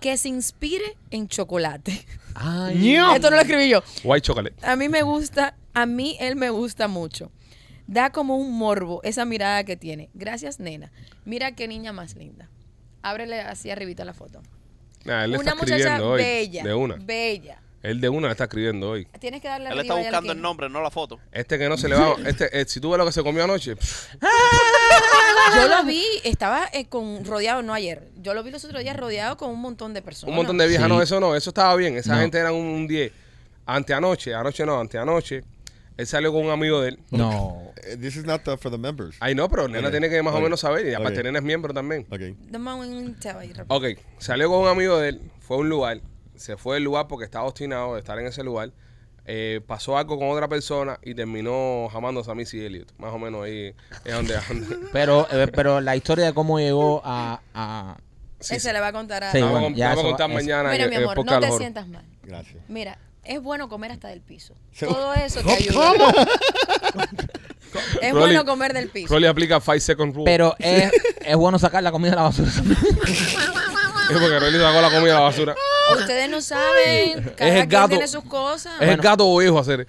Que se inspire en chocolate.
Ay.
Ño.
Esto no lo escribí yo.
White chocolate.
A mí me gusta, a mí él me gusta mucho. Da como un morbo esa mirada que tiene. Gracias, nena. Mira qué niña más linda. Ábrele así arribita la foto.
Nah, él le está
Una muchacha
escribiendo hoy.
bella.
De una.
Bella.
Él de una le está escribiendo hoy.
Tienes que darle
Él está
arriba, ya le
buscando el
queda.
nombre, no la foto.
Este que no se le va. Este, eh, si tú ves lo que se comió anoche, pff,
Yo lo vi, estaba eh, con rodeado, no ayer. Yo lo vi los otros días rodeado con un montón de personas.
un montón de viejas.
Sí.
No, eso no. Eso estaba bien. Esa
No.
gente eran un, un 10. Anteanoche, anoche no, anteanoche. Él salió con un amigo de él.
No.
Eh, This is not the- for the members.
Ay, no, pero nena
Ok.
tiene que más
Ok.
o menos saber. Y aparte,
Ok.
nena es miembro también.
Ok.
Dame un chavo ahí, rápido.
Ok, salió con un amigo de él, fue a un lugar, se fue del lugar porque estaba obstinado de estar en ese lugar, eh, pasó algo con otra persona y terminó jamándose a Missy Elliott. Más o menos ahí es donde... donde-
Pero, eh, pero la historia de cómo llegó a. a-
sí,
Ese le va a contar a...
Sí,
vamos,
bueno, ya
vamos
eso
a contar
va- eso-
mañana
Mira,
en-
mi
en el
amor,
podcast
no
de
te
los Joros.
sientas mal.
Gracias.
Mira, es bueno comer hasta del piso.
Seguro.
Todo eso te ayuda.
Rolly-
Es bueno comer del piso.
Rolly aplica 5 second rule.
Pero es, es bueno sacar la comida de la basura.
Es porque Rolly sacó la comida a la basura.
Ah, Ustedes no saben. Cada
el
quien
gato.
tiene sus cosas.
Es el gato viejo hacer.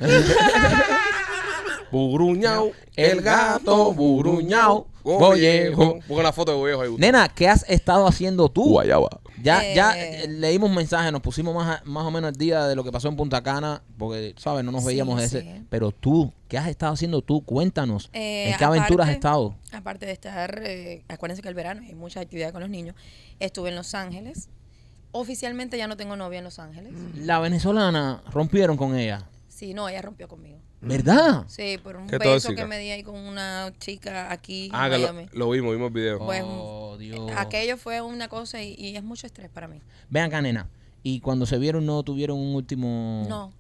Buruñao, el gato, buruñao,
Gollejo.
gollejo. Pongo una foto de viejo ahí.
Nena, ¿qué has estado haciendo tú?
Guayaba.
Ya,
Eh.
ya eh, leímos mensajes, nos pusimos más, a- más o menos el día de lo que pasó en Punta Cana, porque, ¿sabes? No nos
Sí,
veíamos ese.
sí.
Pero tú, ¿qué has estado haciendo tú? Cuéntanos.
Eh,
¿En qué aventuras has
aparte-
estado?
Aparte de estar, eh, acuérdense que el verano hay mucha actividad con los niños. Estuve en Los Ángeles. Oficialmente ya no tengo novia en Los Ángeles.
La venezolana rompieron con ella.
Sí, no, ella rompió conmigo.
¿Verdad?
Sí, por un
Qué
beso
tóxica.
que me di ahí con una chica aquí
Ah,
en
que lo,
Miami.
lo vimos, vimos el video.
Pues,
Oh, Dios.
Aquello fue una cosa y, y es mucho estrés para mí.
Ven acá, nena. Y cuando se vieron, no tuvieron un último.
Mm.
No.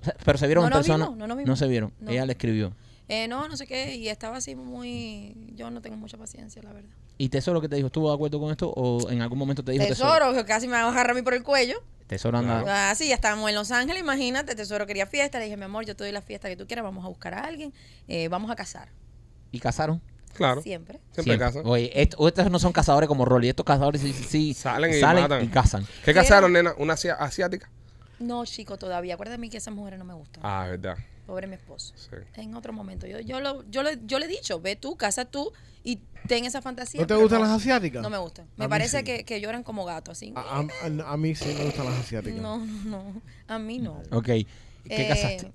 Se- Pero se vieron
No
en
nos
persona.
vimos, no nos vimos.
se vieron.
No.
Ella le escribió.
Eh, no, no sé qué. Y estaba así muy... Yo no tengo mucha paciencia, la verdad.
¿Y Tesoro qué te dijo? ¿Estuvo de acuerdo con esto? ¿O en algún momento te dijo Tesoro?
Tesoro, que casi me agarra a mí por el cuello.
Tesoro anda.
Ah, sí, ya estábamos en Los Ángeles, imagínate, Tesoro quería fiesta, le dije, mi amor, yo te doy la fiesta que tú quieras, vamos a buscar a alguien, eh, vamos a casar.
¿Y casaron?
Claro.
Siempre.
Siempre,
Siempre.
casan.
Oye, est- estos no son cazadores como Rolly. Estos cazadores sí, sí, sí
Salen y matan.
cazan.
¿Qué casaron, nena? ¿Una asia- asiática?
No, chico, todavía, acuérdame que esas mujeres no me gustan.
Ah, verdad.
Pobre mi esposo.
Sí.
En otro momento, yo, yo, lo, yo, lo- yo le he dicho, ve tú, casa tú y ten esa fantasía.
¿No te
pero
gustan las asiáticas?
No me gustan.
A
Me
mí
parece
sí.
que, que lloran como gatos, así.
Ah,
A, a- a mí sí me gustan las asiáticas.
No, no, no, a mí no.
Ah.
Ok. ¿Qué
Eh,
casaste?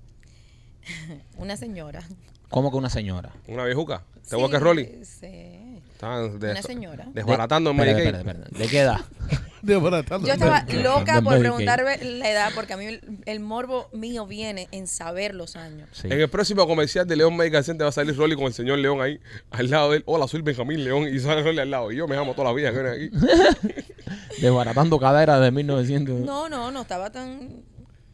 Una señora.
¿Cómo que una señora?
¿Una viejuca? ¿Te
Sí,
voy a Rolly?
Sí.
Estaban
Una señora.
Desbaratando en Medicaid.
Espérate, espérate, espérate. ¿De qué edad?
De verdad, tanto-
Yo estaba
Del-
loca
del
por
Medicaid.
preguntarme la edad, porque a mí el, el morbo mío viene en saber los años.
Sí.
En el próximo comercial de León Medical Center va a salir Rolly con el señor León ahí, al lado de él. Hola, soy Benjamín León. Y sale Rolly al lado. Y yo me amo toda la vida que viene aquí.
Desbaratando caderas de 1957.
No, no, no estaba tan.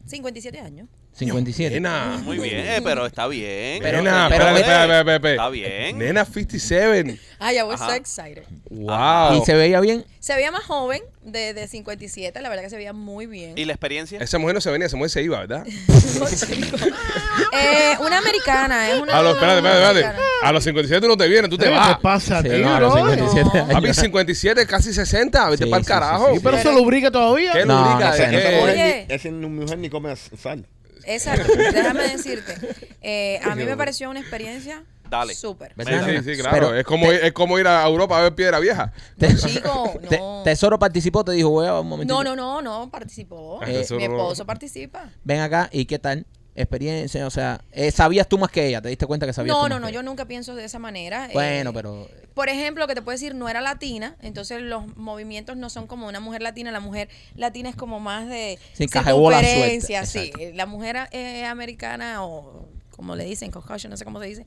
57 años.
Nena.
Muy bien, eh, pero está bien.
nena, espérate,
Pero- pero-
espérate, espérate, espérate.
Está bien.
Nena 57.
Ay, I was so
Ajá.
excited.
Wow.
¿Y se veía bien?
Se veía más joven, de, de 57, la verdad que se veía muy bien.
¿Y la experiencia?
Esa mujer no se venía, esa mujer se iba, ¿verdad?
No, chico. Eh, una americana, es una.
A los, espérate, espérate, espérate.
americana.
A los 57 tú no te vienes, tú te
¿Qué
vas.
te pasa a
Ah. Sí,
ti,
no, a los
brother?
57 años.
Papi, 57, casi 60. Vete
Sí,
para el
sí, sí,
carajo.
sí, sí.
Pero se lubrica todavía.
¿Qué
No, no
lubrica?
sé, no
¿Qué?
Esa mujer
Oye.
ni- esa ni- mujer ni come as- sal.
Exacto, déjame decirte. eh, a mí me pareció una experiencia
Dale.
Súper.
Ves-
Sí, sí, sí, claro.
Pero
es, como, ir- es como ir a Europa a ver piedra vieja.
Te-
Chico,
Te-
no.
Tesoro participó, te dijo, voy a un momentito.
No, no, no, no, participó.
Ah,
Eh,
eso
Mi
no-
esposo participa.
Ven acá y qué tal experiencia, o sea, eh, sabías tú más que ella, te diste cuenta que sabías.
No,
tú
no,
más
no,
que
yo
ella?
nunca pienso de esa manera. eh,
Bueno, pero
Por ejemplo, que te puedo decir, no era latina, entonces los movimientos no son como una mujer latina. La mujer latina es como más de
Sí, cajebola suelta,
circunferencia, sí.
exacto.
La mujer eh, americana, o como le dicen, concussion, no sé cómo se dice,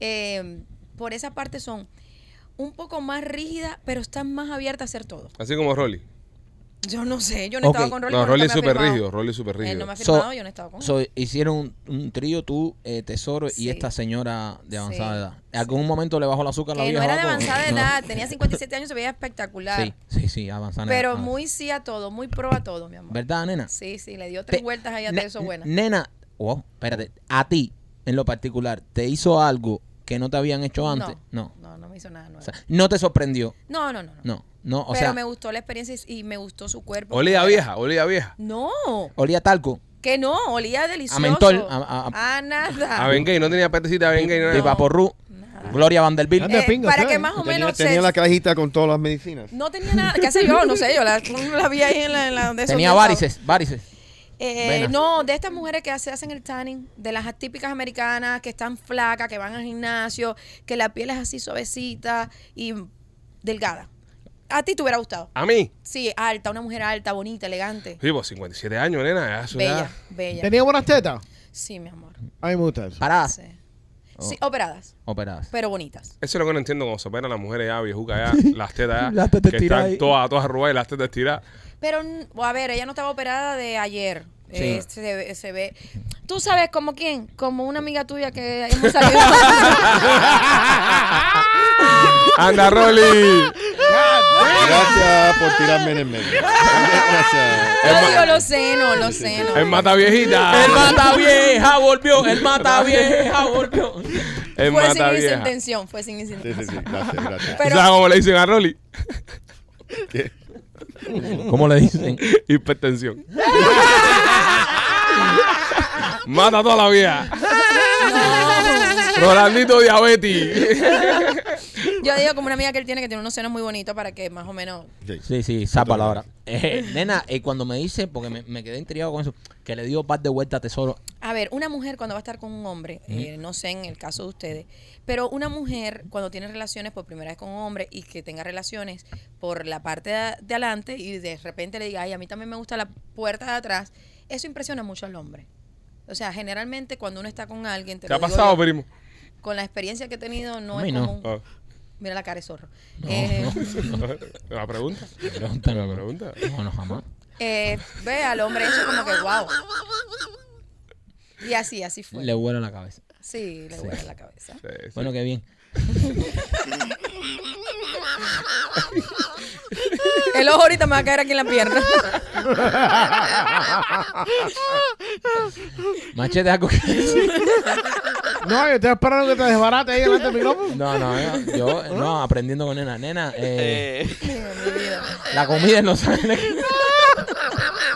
eh, por esa parte son un poco más rígidas, pero están más abiertas a hacer todo.
Así como Rolly.
Yo no sé, yo no
Ok.
estaba con Rolly.
No,
porque
Rolly es
nunca me ha
súper
firmado.
rígido. Rolly es súper
Él
rígido.
no me ha
So-
firmado, yo no estaba con él.
so, hicieron un, un trío tú, eh, Tesoro y
Sí.
esta señora de avanzada
Sí,
edad. ¿En algún momento le bajó el azúcar a la
que no
vieja?
era de
loco?
avanzada
No.
edad, tenía 57 años, se veía espectacular.
Sí, sí, sí, avanzada edad.
Pero
Ah,
muy sí a todo, muy pro a todo, mi amor.
¿Verdad, nena?
Sí, sí, le dio tres
Te-
vueltas ahí a
ne-
eso buena.
Nena, wow, espérate, a ti en lo particular, ¿te hizo algo que no te habían hecho antes? No.
no. No, no me hizo nada nuevo.
O sea, no te sorprendió.
no, no, no, no.
No, no, o
Pero
sea,
me gustó la experiencia y y me gustó su cuerpo.
Olía
Como era.
vieja, olía vieja.
No,
olía talco.
que no, olía delicioso.
mentol, a- a-
Ah, nada.
A Bengay, no tenía apetecita a Bengay. no
Y
era-
Vaporru, Gloria Vanderbilt.
Anda, pinga,
Eh, para
¿sabes?
que más o
Tenía,
menos se-
tenía la cajita con todas las medicinas.
no tenía nada, qué sé yo, no sé, yo la, la vi ahí en la, en la de esos
Tenía
días,
varices, varices.
Eh,
Venas.
no, de estas mujeres que se hacen el tanning, de las típicas americanas que están flacas, que van al gimnasio, que la piel es así suavecita y delgada. A ti te hubiera gustado.
A mí.
Sí, alta, una mujer alta, bonita, elegante.
Sí, pues 57 años, nena. Es
Bella, bella.
¿Tenía buenas tetas?
Sí, mi amor.
A mí me gusta eso.
Paradas.
Sí. Sí, operadas,
Operadas.
pero bonitas.
Eso es lo que no entiendo cuando se operan las mujeres ya, viejucas ya, las tetas ya,
Las tetas
que
tiradas
están
ahí.
todas, todas arrugadas y las tetas tiradas.
Pero, n- a ver, ella no estaba operada de ayer.
Sí.
Eh, se, ve- se ve. ¿Tú sabes como quién? Como una amiga tuya que hemos salido.
¡Anda, Rolly!
Gracias por tirarme en el medio. Gracias.
Yo digo los senos, los senos.
¡El mata viejita!
El mata vieja volvió, el mata vieja volvió.
¡El
fue
mata
sin esa
vieja!
intención, fue sin
Sí,
esa
sí, sí.
intención.
Gracias, gracias.
Pero-
¿Sabes cómo le dicen a Rolly?
¿Cómo le dicen?
Hipertensión. Mata a toda la vida. Rolandito diabetes.
Yo digo como una amiga que él tiene que tiene unos senos muy bonitos para que más o menos.
Sí.
Sí, sí, esa palabra. Eh, nena, eh, cuando me dice, porque me, me quedé intrigado con eso, que le dio par de vueltas a Tesoro,
A ver, una mujer cuando va a estar con un hombre, eh, no sé en el caso de ustedes, pero una mujer cuando tiene relaciones por primera vez con un hombre y que tenga relaciones por la parte de, de adelante y de repente le diga, ay, a mí también me gusta la puerta de atrás, eso impresiona mucho al hombre. O sea, generalmente cuando uno está con alguien, te,
¿Te
lo
ha
digo
pasado,
yo,
primo?
con la experiencia que he tenido, no
A
es
mí no.
común.
Ah.
Mira la cara de zorro. Eh,
¿La pregunta?
Pregunta,
¿La
no.
pregunta?
no, no, jamás.
Eh, ve al hombre eso como que wow. Y así, así fue.
Le vuela la cabeza.
sí, le huele la cabeza.
Sí, sí.
Bueno, qué bien.
El ojo ahorita me va a caer aquí en la pierna.
Machete, algo que decir?
No, yo estoy esperando que te desbarate ahí delante del micrófono.
No, no, yo, yo, no, aprendiendo con nena. Nena, eh,
Eh,
la comida en Los Ángeles.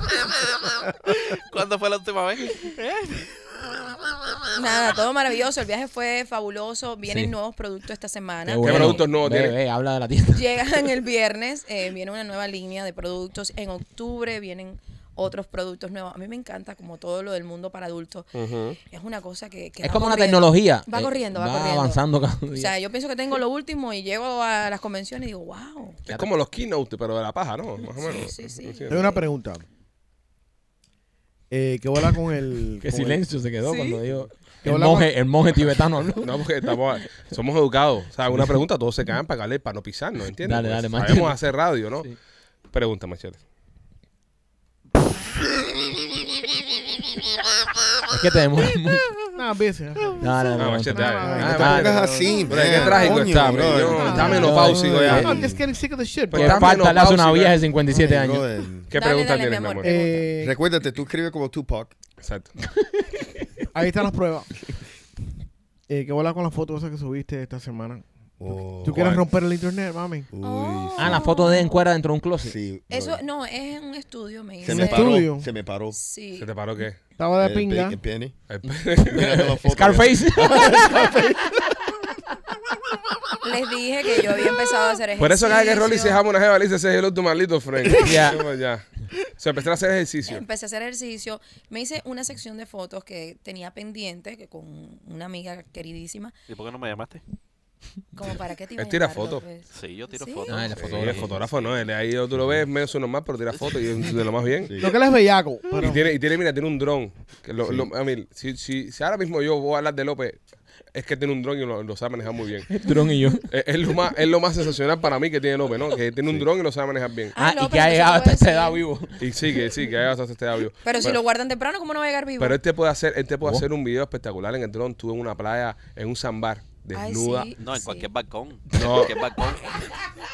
¿Cuándo fue la última vez?
Nada, todo maravilloso. El viaje fue fabuloso. Vienen
Sí.
nuevos productos esta semana.
Qué bueno.
productos nuevos
Ve,
tiene?
ve, habla de la tienda.
Llegan el viernes, eh, viene una nueva línea de productos. En octubre vienen otros productos nuevos. A mí me encanta como todo lo del mundo para adultos. Es una cosa que... que
Es
va
como una
corriendo.
tecnología.
Va
Eh,
corriendo, va,
va
corriendo.
avanzando cada día.
O sea, yo pienso que tengo lo último y llego a las convenciones y digo, wow.
Es como los keynote, pero de la paja, ¿no? Más o menos.
sí, sí.
Tengo una pregunta. Eh, ¿Qué bola con el.
Qué
con el-
silencio se quedó cuando digo.
Que
El
hablamos-
monje, el monje tibetano habló.
No, porque estamos, somos educados. O sea, una pregunta, todos se caen para caer, para no pisarnos, ¿entiendes?
Dale, dale,
Porque
Machete.
Sabemos hacer radio, ¿no? Pregunta, machete.
Es que te demoras mucho.
Nah, bici, ajá.
No, no,
Ah,
no,
machete,
no.
dale.
no,
Ah,
No te
dale.
pongas así,
Pero qué trágico
coño,
está,
brother.
bro. Está
Ah,
menopáusico
no,
ya.
I'm just getting sick of the shit,
Pues
Qué
bro.
está
falta le hace una
menopáusico.
vieja de 57 años.
Brother.
¿Qué
Dale,
pregunta
dale, mi
tienes, mi
amor.
amor?
Eh,
Recuérdate, tú escribes como Tupac.
Exacto.
ahí están las pruebas. Eh, ¿Qué bola con las fotos esas que subiste esta semana?
Oh.
¿Tú quieres romper el internet, mami?
Uy,
Ah, la foto de encuera dentro de un
sí.
closet.
sí,
Eso
brother.
no, es en un estudio, me
Se
dice.
me
un
paró.
estudio.
Se me paró.
Sí.
¿Se te paró qué?
Estaba
El
de
pe-
pinga.
el pene.
El-
Ah,
Mírate la foto.
Scarface.
les dije que yo había empezado a hacer ejercicio.
Por eso cada que Rolly se llama una jeva, le dice, ese es el último maldito friend.
Ya.
ya. O sea, empezar a hacer ejercicio.
Empecé a hacer ejercicio. Me hice una sección de fotos que tenía pendiente que con una amiga queridísima.
¿Y por qué no me llamaste?
Como para qué te iba a
Él tira
llamar,
fotos.
López?
Sí, yo tiro
Sí.
fotos.
Ah, él es
Sí,
Sí.
fotógrafo.
él es fotógrafo, ¿no? Él, ahí tú lo ves medio su normal, pero tira fotos y es de lo más bien.
Lo que él es bellaco.
Y
Pero,
tiene, y tiene, mira, tiene un dron. que lo- lo- a mí, si, si, si ahora mismo yo voy a hablar de López, es que tiene un dron y lo, lo sabe manejar muy bien.
Tron y yo.
Es, es lo más, es lo más sensacional para mí que tiene López, ¿no? Que tiene un dron y lo sabe manejar bien.
Ah,
Ah,
no,
y que
pero
ha
eso
llegado
se
hasta
puede
esta
decir.
edad vivo.
Y sí, que sí, que ha gastado este audio.
Pero si lo guardan temprano, ¿cómo no va a llegar vivo?
Pero él te puede hacer, él te puede
Oh.
hacer un video espectacular en el dron, tú en una playa, en un zambar,
Ay,
desnuda.
sí.
No, en
Sí.
cualquier balcón. En
No.
cualquier balcón.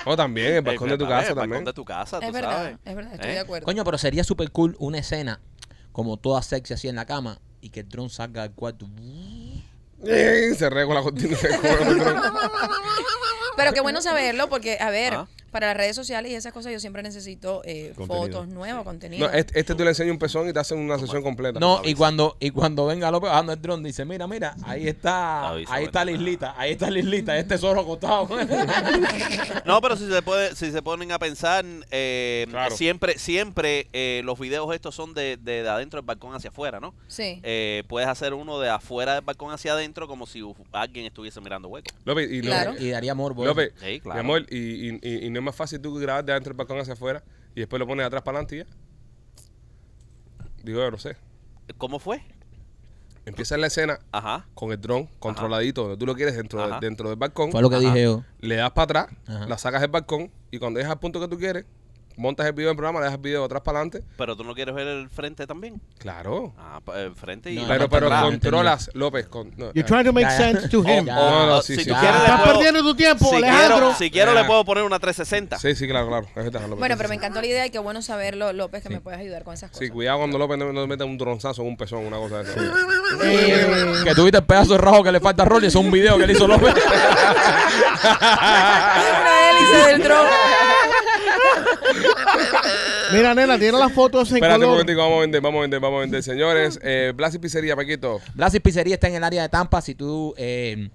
O también, el balcón
Eh,
de tu
a ver,
casa
el
también.
balcón de tu casa, tú
Es verdad,
sabes.
es verdad, estoy
¿Eh?
de acuerdo.
Coño, pero sería súper cool una escena como toda sexy así en la cama y que el dron salga del cuarto.
Eh, Se re con la cortina. se re con el dron.
Pero qué bueno saberlo porque, a ver,
Ah.
para las redes sociales y esas cosas yo siempre necesito eh,
Contenido.
fotos nuevas, contenido.
No, este, este tú le enseñas un pezón y te hacen una sesión completa.
No, y cuando, y cuando venga López bajando el dron, dice, mira, mira, ahí está,
Avisa,
ahí está la
bueno.
islita, ahí está la islita, este zorro acostado.
No, pero si se puede, si se ponen a pensar, eh,
Claro.
siempre, siempre eh, los videos estos son de, de, de adentro del balcón hacia afuera, ¿no?
sí.
Eh, puedes hacer uno de afuera del balcón hacia adentro como si uf- alguien estuviese mirando hueco.
López, y lo-
Claro.
y daría morbo. ¿eh? eso.
López,
Sí,
mi
claro.
amor, y, y- y- y no es más fácil tú grabar de adentro del balcón hacia afuera y después lo pones de atrás para adelante y ya. Digo, yo no sé.
¿Cómo fue?
Empieza la escena
Ajá.
con el dron controladito, donde tú lo quieres dentro, de-
Ajá.
dentro del balcón.
Fue lo que dije yo.
Le das para atrás,
Ajá.
la sacas del balcón y cuando llegas al punto que tú quieres, montas el video en programa, le das el video de atrás para adelante.
Pero tú no quieres ver el frente también.
Claro.
Ah, pa- el frente y.
No,
pero
no,
pero
claro,
controlas, López. Con, no,
you're trying to make
Ya, ya.
sense to him.
Ya.
Oh, no, no,
Ah,
sí,
si
sí.
tú
Ah.
quieres, le
Estás
puedo-
perdiendo tu tiempo,
si
Alejandro.
Quiero, si quiero, le
Ya.
puedo poner una 360.
Sí, sí, claro, claro. Es verdad, López.
Bueno, pero me encantó la idea y qué bueno saberlo, López, que me puedes ayudar con esas cosas.
Sí, cuidado cuando López no, no meta un tronzazo en un pezón, una cosa de esa.
Que tuviste el pedazo de rojo que le falta a Rolly, eso es un video que le hizo López.
Ah, Una hélice del dron.
Mira, nena, tiene las fotos en
Espérate un
color.
momentico, vamos a vender, vamos a vender, vamos a vender. Señores, eh, Blas y Pizzería, Paquito.
Blas y Pizzería está en el área de Tampa. Si tú, eh,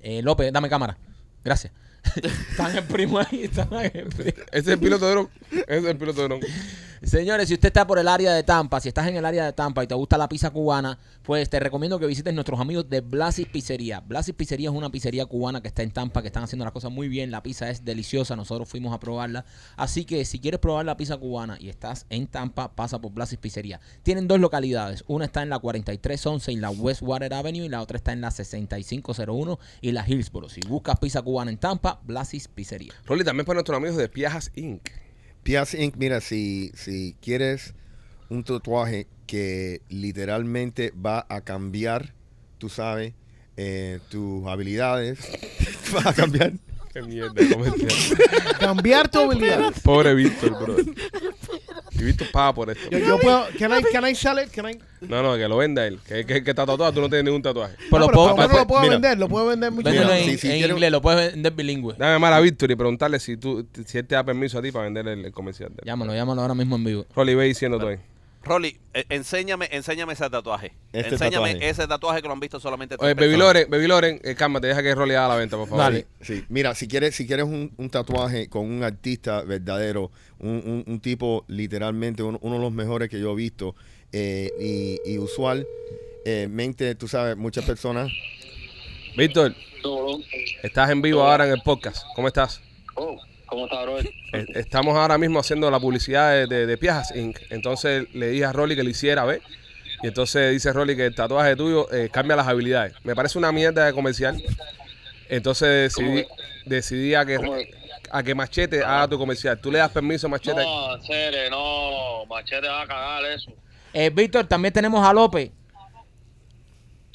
eh, López, dame cámara. Gracias. están el primo ahí, están el primo.
Ese Este es el piloto de dron. Ese es el piloto de dron.
Señores, si usted está por el área de Tampa, si estás en el área de Tampa y te gusta la pizza cubana, pues te recomiendo que visites nuestros amigos de Blasis Pizzería. Blasis Pizzería es una pizzería cubana que está en Tampa, que están haciendo las cosas muy bien. La pizza es deliciosa, nosotros fuimos a probarla. Así que si quieres probar la pizza cubana y estás en Tampa, pasa por Blasis Pizzería. Tienen dos localidades, una está en la 4311 y la Westwater Avenue y la otra está en la 6501 y la Hillsboro. Si buscas pizza cubana en Tampa, Blasis Pizzería.
Rolly, también para nuestros amigos de Piajas Inc.
Pias Inc., mira, si, si quieres un tatuaje que literalmente va a cambiar, tú sabes, eh, tus habilidades, va a cambiar.
Qué mierda, de comercial.
Cambiar tu habilidad.
Pobre Víctor, bro. Y Víctor paga por esto.
Yo, yo puedo. Can I, can I sell it? Can I?
No, no, que lo venda él. Que, que, que está tatuado, tú no tienes ningún tatuaje.
Pero
Ah,
lo puedo-
por favor,
pues,
lo puedo
mira.
vender. Lo puedo vender muy
Véndelo
Mira,
en,
si- si
en
quiero-
inglés, lo puedes vender bilingüe.
Dame llamar a Víctor y preguntarle si, tú, si él te da permiso a ti para vender el, el comercial. de él.
Llámalo, llámalo ahora mismo en vivo.
Rolly, ve diciendo todo ahí.
Rolly, eh, enséñame, enséñame ese tatuaje.
Este
enséñame
tatuaje.
ese tatuaje que lo han visto solamente tres
Oye, Baby
personas.
Loren, Baby Loren, eh, cálmate, deja que Rolly haga la venta, por favor.
Dale.
Sí, mira, si quieres, si quieres un, un tatuaje con un artista verdadero, un, un- un tipo literalmente uno, uno de los mejores que yo he visto eh, y, y usual, eh, mente, tú sabes, muchas personas.
Víctor, estás en vivo ahora en el podcast. ¿Cómo estás?
Oh, ¿cómo está, bro?
Eh, Estamos ahora mismo haciendo la publicidad de, de, de Piajas Inc. Entonces le dije a Rolly que lo hiciera, ¿ves? Y entonces dice Rolly que el tatuaje tuyo eh, cambia las habilidades. Me parece una mierda de comercial. Entonces decidí, decidí a,
¿Cómo es?
que, a que Machete haga tu comercial. ¿Tú le das permiso a Machete?
No, en serio, no, Machete va a cagar eso.
Eh, Víctor, también tenemos a López.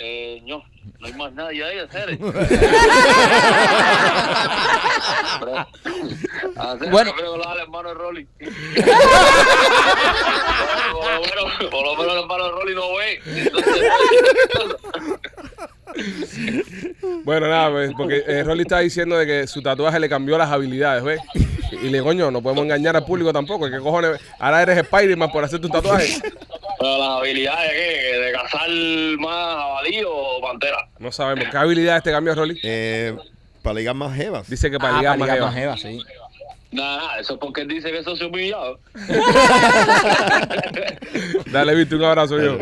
Eh, no, no hay más nadie ahí, en serio.
Bueno.
bueno, creo que lo da el hermano de Rolly. por, lo menos, por lo menos el hermano de Rolly no ve. Entonces,
Bueno, nada, pues, porque eh, Rolly está diciendo de que su tatuaje le cambió las habilidades, ¿ves? Y le digo, coño, no podemos engañar al público tampoco. ¿Qué cojones? Ahora eres Spider-Man por hacer tu tatuaje.
pero las habilidades, ¿qué? ¿De cazar más jabalí o pantera?
No sabemos. ¿Qué habilidades te cambió, Rolly?
Eh, para ligar más jevas.
Dice que para
Ah, para
ligar más
ligar
jeva.
más jeva, sí.
Nada, nada, eso es porque él dice que eso es humillado.
Dale, Víctor, un abrazo yo.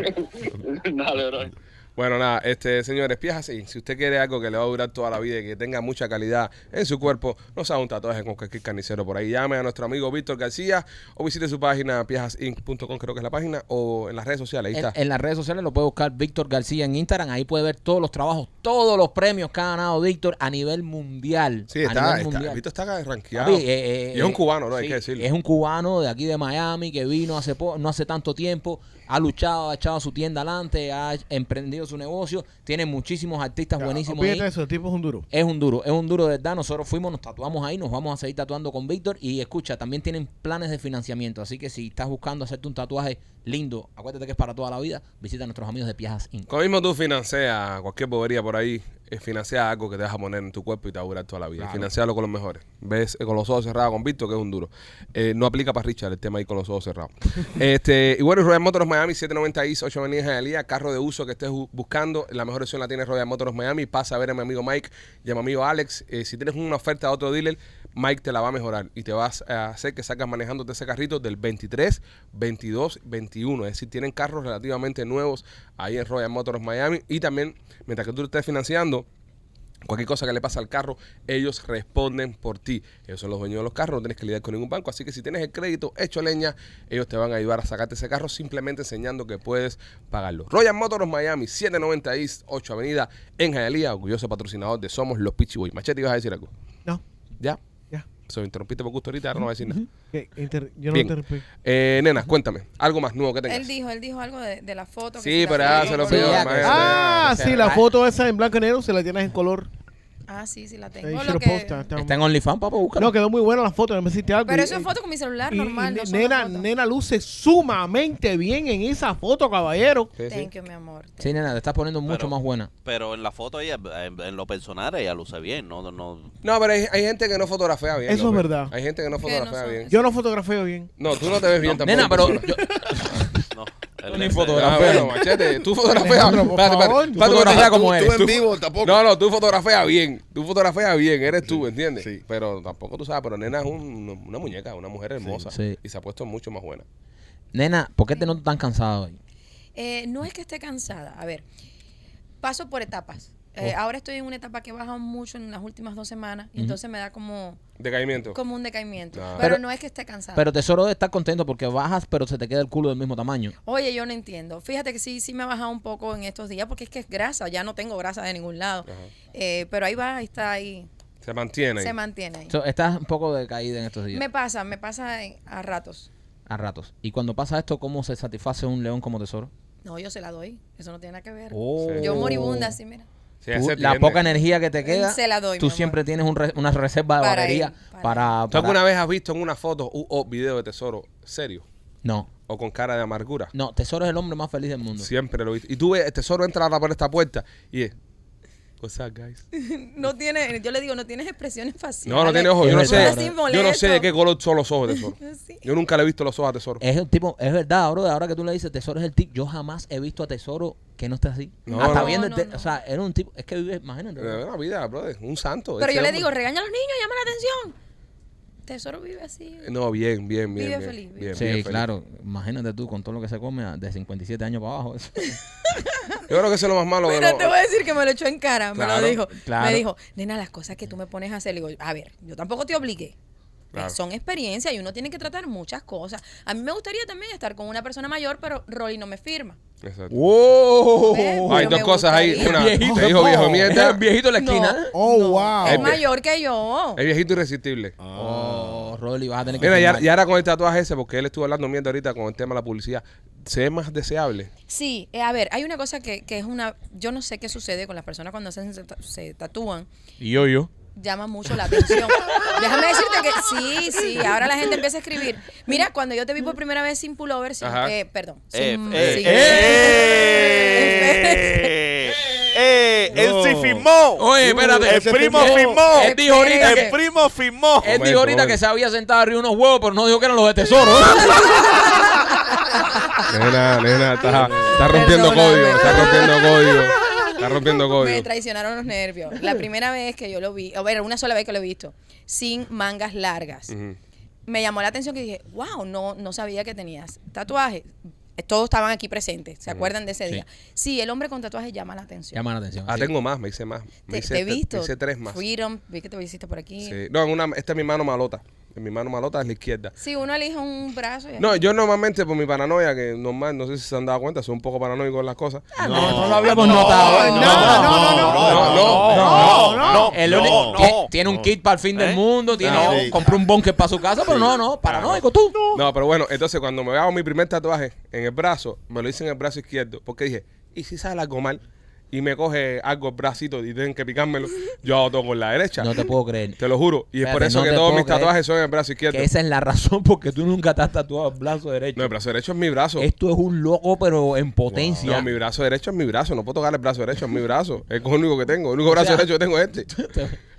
Dale, bro.
Bueno, nada, este señores, piéjase. Si usted quiere algo que le va a durar toda la vida y que tenga mucha calidad en su cuerpo, no sea un tatuaje con cualquier carnicero por ahí. Llame a nuestro amigo Víctor García o visite su página piajasinc.com, creo que es la página, o en las redes sociales. Ahí
En,
está.
en las redes sociales lo puede buscar Víctor García en Instagram. Ahí puede ver todos los trabajos, todos los premios que ha ganado Víctor a nivel mundial.
Sí,
a
está-
nivel
está-
mundial.
Víctor está rankeado.
Papi, eh, eh,
y es un
eh,
cubano, ¿no? Hay
sí,
que decirlo.
Es un cubano de aquí de Miami que vino hace po- no hace tanto tiempo, ha luchado, ha echado su tienda adelante, ha emprendido su negocio, tiene muchísimos artistas buenísimos.
Olvídate
ahí.
de eso, el tipo este es un duro.
Es un duro, es un duro de verdad. Nosotros fuimos, nos tatuamos ahí, nos vamos a seguir tatuando con Víctor. Y escucha, también tienen planes de financiamiento. Así que si estás buscando hacerte un tatuaje lindo, acuérdate que es para toda la vida, visita a nuestros amigos de Piajas Inc.
Como mismo tú financias cualquier bobería por ahí, eh, financia algo que te vas a poner en tu cuerpo y te va a durar toda la vida. Financiarlo con los mejores. Ves eh, con los ojos cerrados con Víctor, que es un duro. Eh, no aplica para Richard el tema ahí con los ojos cerrados. este, y bueno, y Royal Motors Miami, 790 East, 8 Avenida Jalía, carro de uso que estés bu- buscando. La mejor opción la tiene Royal Motors Miami. Pasa a ver a mi amigo Mike y a mi amigo Alex. Eh, si tienes una oferta a otro dealer, Mike te la va a mejorar y te vas a hacer que sacas manejándote ese carrito del 23, 22, 21. Es decir, tienen carros relativamente nuevos ahí en Royal Motors Miami. Y también, mientras que tú estés financiando, Cualquier cosa que le pasa al carro, ellos responden por ti. Ellos son los dueños de los carros, no tienes que lidiar con ningún banco. Así que si tienes el crédito hecho leña, ellos te van a ayudar a sacarte ese carro simplemente enseñando que puedes pagarlo. Royal Motors Miami, 790 East 8 Avenida, en Hialeah, orgulloso patrocinador de Somos los Pitchy Boys. Machete, ibas a decir algo.
No,
Ya,
ya.
se me interrumpiste por gusto ahorita, ahora no voy a decir nada.
Que inter- yo no
Bien.
interrumpí.
Eh, nena, cuéntame, algo más nuevo que tengas.
Él dijo, él dijo algo de, de la foto.
Sí, pero
la
ya
tiene
se
en
lo
color.
pido.
Sí, ya que-
maestro, ya.
Ah,
sí,
sí,
sí,
la
ah.
foto esa en blanco y negro se la tienes en color.
Ah, sí, sí, la
Ahí
tengo.
se
Lo
lo
que-
posta, está-
Está en OnlyFans, papá, búscalo.
No, quedó muy buena la foto, no me hiciste algo.
Pero
Y-
eso es foto con mi celular
y- y
normal. no
ne-
son las
nena,
fotos.
nena luce sumamente bien en esa foto, caballero.
Sí, sí.
Thank you, mi amor. Thank
Sí, nena, te estás poniendo mucho
Pero-
más buena.
Pero en la foto ella, en, en lo personal, ella luce bien, no, no.
No, pero hay, hay gente que no fotografea bien.
Eso es
López.
verdad.
Hay gente que no
Que no
fotografea
son-
bien.
Yo no fotografeo bien.
No, tú no te ves bien tampoco.
Nena, pero yo-
no
Ni
ese-
Ah,
fotografía.
bueno, machete, tú fotografeas.
Alejandro, por
Espérate, espérate,
favor.
espérate,
Tú
espérate,
fotografías
espérate,
como
tú-
eres.
tú
Tú en vivo tampoco.
No, no, tú fotografías bien. Tú fotografías bien, eres tú, ¿entiendes?
sí.
Pero tampoco tú sabes, pero nena es un- una muñeca, una mujer hermosa.
Sí.
Y se ha puesto mucho más buena.
nena, ¿por qué te notas tan cansada hoy?
Eh, no es que esté cansada. A ver, paso por etapas. Eh,
Oh.
Ahora estoy en una etapa que he bajado mucho en las últimas dos semanas. Y entonces me da como,
Decaimiento.
como un decaimiento.
Ah.
Pero,
Pero-
no es que esté cansada.
Pero tesoro de estar contento porque bajas, pero se te queda el culo del mismo tamaño.
Oye, yo no entiendo. Fíjate que sí, sí me ha bajado un poco en estos días porque es que es grasa. Ya no tengo grasa de ningún lado. Eh, pero ahí va, ahí está ahí.
Se mantiene. ahí.
Se mantiene ahí.
So, estás un poco decaída en estos días,
Me pasa, me pasa en- a ratos.
a ratos. Y cuando pasa esto, ¿cómo se satisface un león como tesoro?
No, yo se la doy. Eso no tiene nada que ver.
Oh.
Yo moribunda, así, mira.
Sí, ya
Tú,
se
la
tiende.
poca energía que te queda,
Se la doy, mi
tú
amor.
siempre tienes un re- una reserva de
Para
batería
él,
para...
para
¿Tú alguna vez has visto en una foto u- o video de tesoro serio?
No,
¿O con cara de amargura?
no, Tesoro es el hombre más feliz del mundo.
Siempre lo he visto. Y tú ves, el tesoro entra ahora por esta puerta y es. What's up, guys?
No tiene, yo le digo, no tienes expresiones faciales.
No, no tiene ojos.
Es
Yo no,
verdad,
sé,
Así
yo no
molesto.
sé de qué color son los ojos de tesoro.
Sí.
Yo nunca le he visto los ojos a tesoro.
Es el tipo, es verdad, bro, ahora que tú le dices Tesoro es el tipo, yo jamás he visto a Tesoro que no esté así.
No,
Hasta
no.
viendo,
No,
el te-
no, no.
o sea, era un tipo, es que vive, imagínate.
Eh, Una vida, brother. Un santo.
Pero
ese
yo le
hombre.
digo, regaña a los niños, llama la atención. Tesoro vive así.
Eh, No, bien, bien, bien.
Vive
bien,
feliz, vive
bien,
Sí,
bien feliz.
claro, imagínate tú con todo lo que se come de 57 años para abajo.
Yo creo que eso es lo más malo.
Mira,
lo-
te voy a decir que me lo echó en cara, me
Claro,
lo dijo.
claro.
Me dijo, nena, las cosas que tú me pones a hacer, le digo, a ver, yo tampoco te obligué.
Claro.
Eh, Son experiencias y uno tiene que tratar muchas cosas. A mí me gustaría también estar con una persona mayor, pero Rolly no me firma.
Exacto.
¡Wow!
Ve,
Oh, Hay
yo
dos
me
cosas ahí.
gustaría.
Una, te
Viejito.
dijo viejo de mierda.
El viejito de la esquina.
No.
Oh,
Es
wow.
Eh,
mayor que yo.
Es viejito irresistible.
Oh, Rolly, vas a tener que.
Mira, ya,
firmar.
ya ahora con el tatuaje ese, porque él estuvo hablando mierda ahorita con el tema de la publicidad. Se ve más deseable.
Sí, eh, a ver, hay una cosa que, que es una... Yo no sé qué sucede con las personas cuando se, se, se tatúan.
Y yo, yo.
llama mucho la atención. Déjame decirte que sí, sí, ahora la gente empieza a escribir. Mira, cuando yo te vi por primera vez sin pullover, sin-
Ajá.
eh, perdón.
Eh,
Mm,
sin-
eh,
sin-
eh, eh, él sí
No.
firmó.
Oye, espérate.
El primo
Él-
firmó.
él dijo ahorita que-
El primo firmó.
Él
Momento,
dijo ahorita
momento.
que se había sentado arriba unos huevos, pero no dijo que eran los de tesoro.
Ah, Nena, nena, está, está
rompiendo
rompiendo código.
Perdóname. código,
Está rompiendo código. Está Está rompiendo
Me
código.
traicionaron los nervios. La primera vez que yo lo vi, o bueno, una sola vez que lo he visto, sin mangas largas.
Ujú.
Me llamó la atención que dije, wow, no, no sabía que tenías tatuajes. Eh, Todos estaban aquí presentes, ¿se acuerdan de ese
Sí.
día? Sí, el hombre con tatuajes llama la atención.
Llama la atención.
Ah,
sí.
tengo más, me hice más. Me
te,
hice,
te he
este-
visto.
me hice tres más.
Freedom, vi que te hiciste por aquí. Sí,
Sí. No, en una, esta es mi mano malota. En mi mano malota es la izquierda.
uno elige un brazo. y-
No, eh, yo normalmente por mi paranoia, que normal, no sé si se han dado cuenta, soy un poco paranoico con las cosas.
Ah,
No lo habíamos notado. ¿eh?
no, no, no, no, no.
no, no,
no, no,
El
no,
único-
no,
tie- tiene un
no.
kit para el fin del
¿Eh?
mundo, tiene,
Ah, sí.
compró un bunker para su casa, pero no, no, paranoico tú.
No, pero bueno, entonces cuando me hago mi primer tatuaje en el brazo, me lo hice en el brazo izquierdo, porque dije, ¿y si sale algo mal? Y me coge algo el bracito y tienen que picármelo, yo hago todo con la derecha.
No te puedo creer.
Te lo juro. Y es por
Espérate,
eso
no
que
te
todos
puedo
mis
creer
tatuajes son en el brazo izquierdo.
Que esa es la razón porque tú nunca te has tatuado el brazo derecho.
No, el brazo derecho es mi brazo.
Esto es un loco, pero en potencia.
No, mi brazo derecho es mi brazo. No puedo tocar el brazo derecho, es mi brazo. Es el único que tengo. El único brazo
sea-
derecho que tengo es este.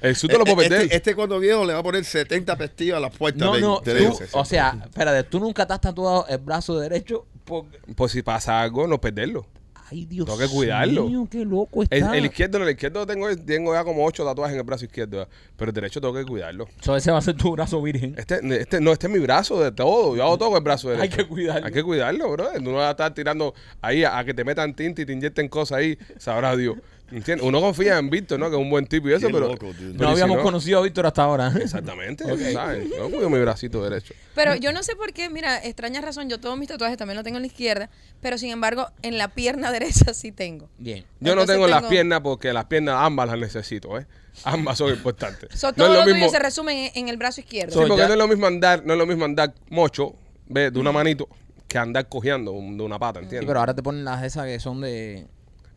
El sur te lo puedo
Eh,
perder.
Este, este cuando viejo le va a poner 70 pestillas a las puertas.
No,
ven,
no,
te
tú-
digo.
o sea, espérate, tú nunca te has tatuado el brazo derecho porque...
Pues si pasa algo, no perderlo.
Ay, Dios
Tengo que cuidarlo.
mío, qué loco
El,
está.
el izquierdo, el izquierdo tengo, tengo ya como ocho tatuajes en el brazo izquierdo. ya. Pero el derecho tengo que cuidarlo.
So, ese va a ser tu brazo virgen.
Este, este, no, este es mi brazo de todo. Yo hago todo con el brazo derecho.
Hay que cuidarlo.
Hay que cuidarlo, bro. Uno va a estar tirando ahí a, a que te metan tinta y te inyecten cosas ahí. Sabrá Dios. ¿Entiendes? Uno confía en Víctor, ¿no? Que es un buen tipo y eso,
Qué
pero.
loco, dude.
pero
No
y si
No habíamos conocido a Víctor hasta ahora.
Exactamente, ¿sabes? Yo cuido mi bracito derecho.
Pero yo no sé por qué, mira, extraña razón, yo todos mis tatuajes también los tengo en la izquierda, pero sin embargo, en la pierna derecha sí tengo.
Bien.
Yo no
Entonces
tengo, las
tengo-
piernas porque las piernas ambas las necesito, ¿eh? Ambas son importantes.
So,
no
todo
es
lo,
lo
tuyo
mismo.
se resume en, en el brazo izquierdo.
Sí,
So,
porque
ya- Mm.
no es lo mismo andar, no es lo mismo andar mocho, ¿ves? De una manito que andar cojeando un- de una pata,
Sí,
¿entiendes?
pero ahora te ponen las esas que son de...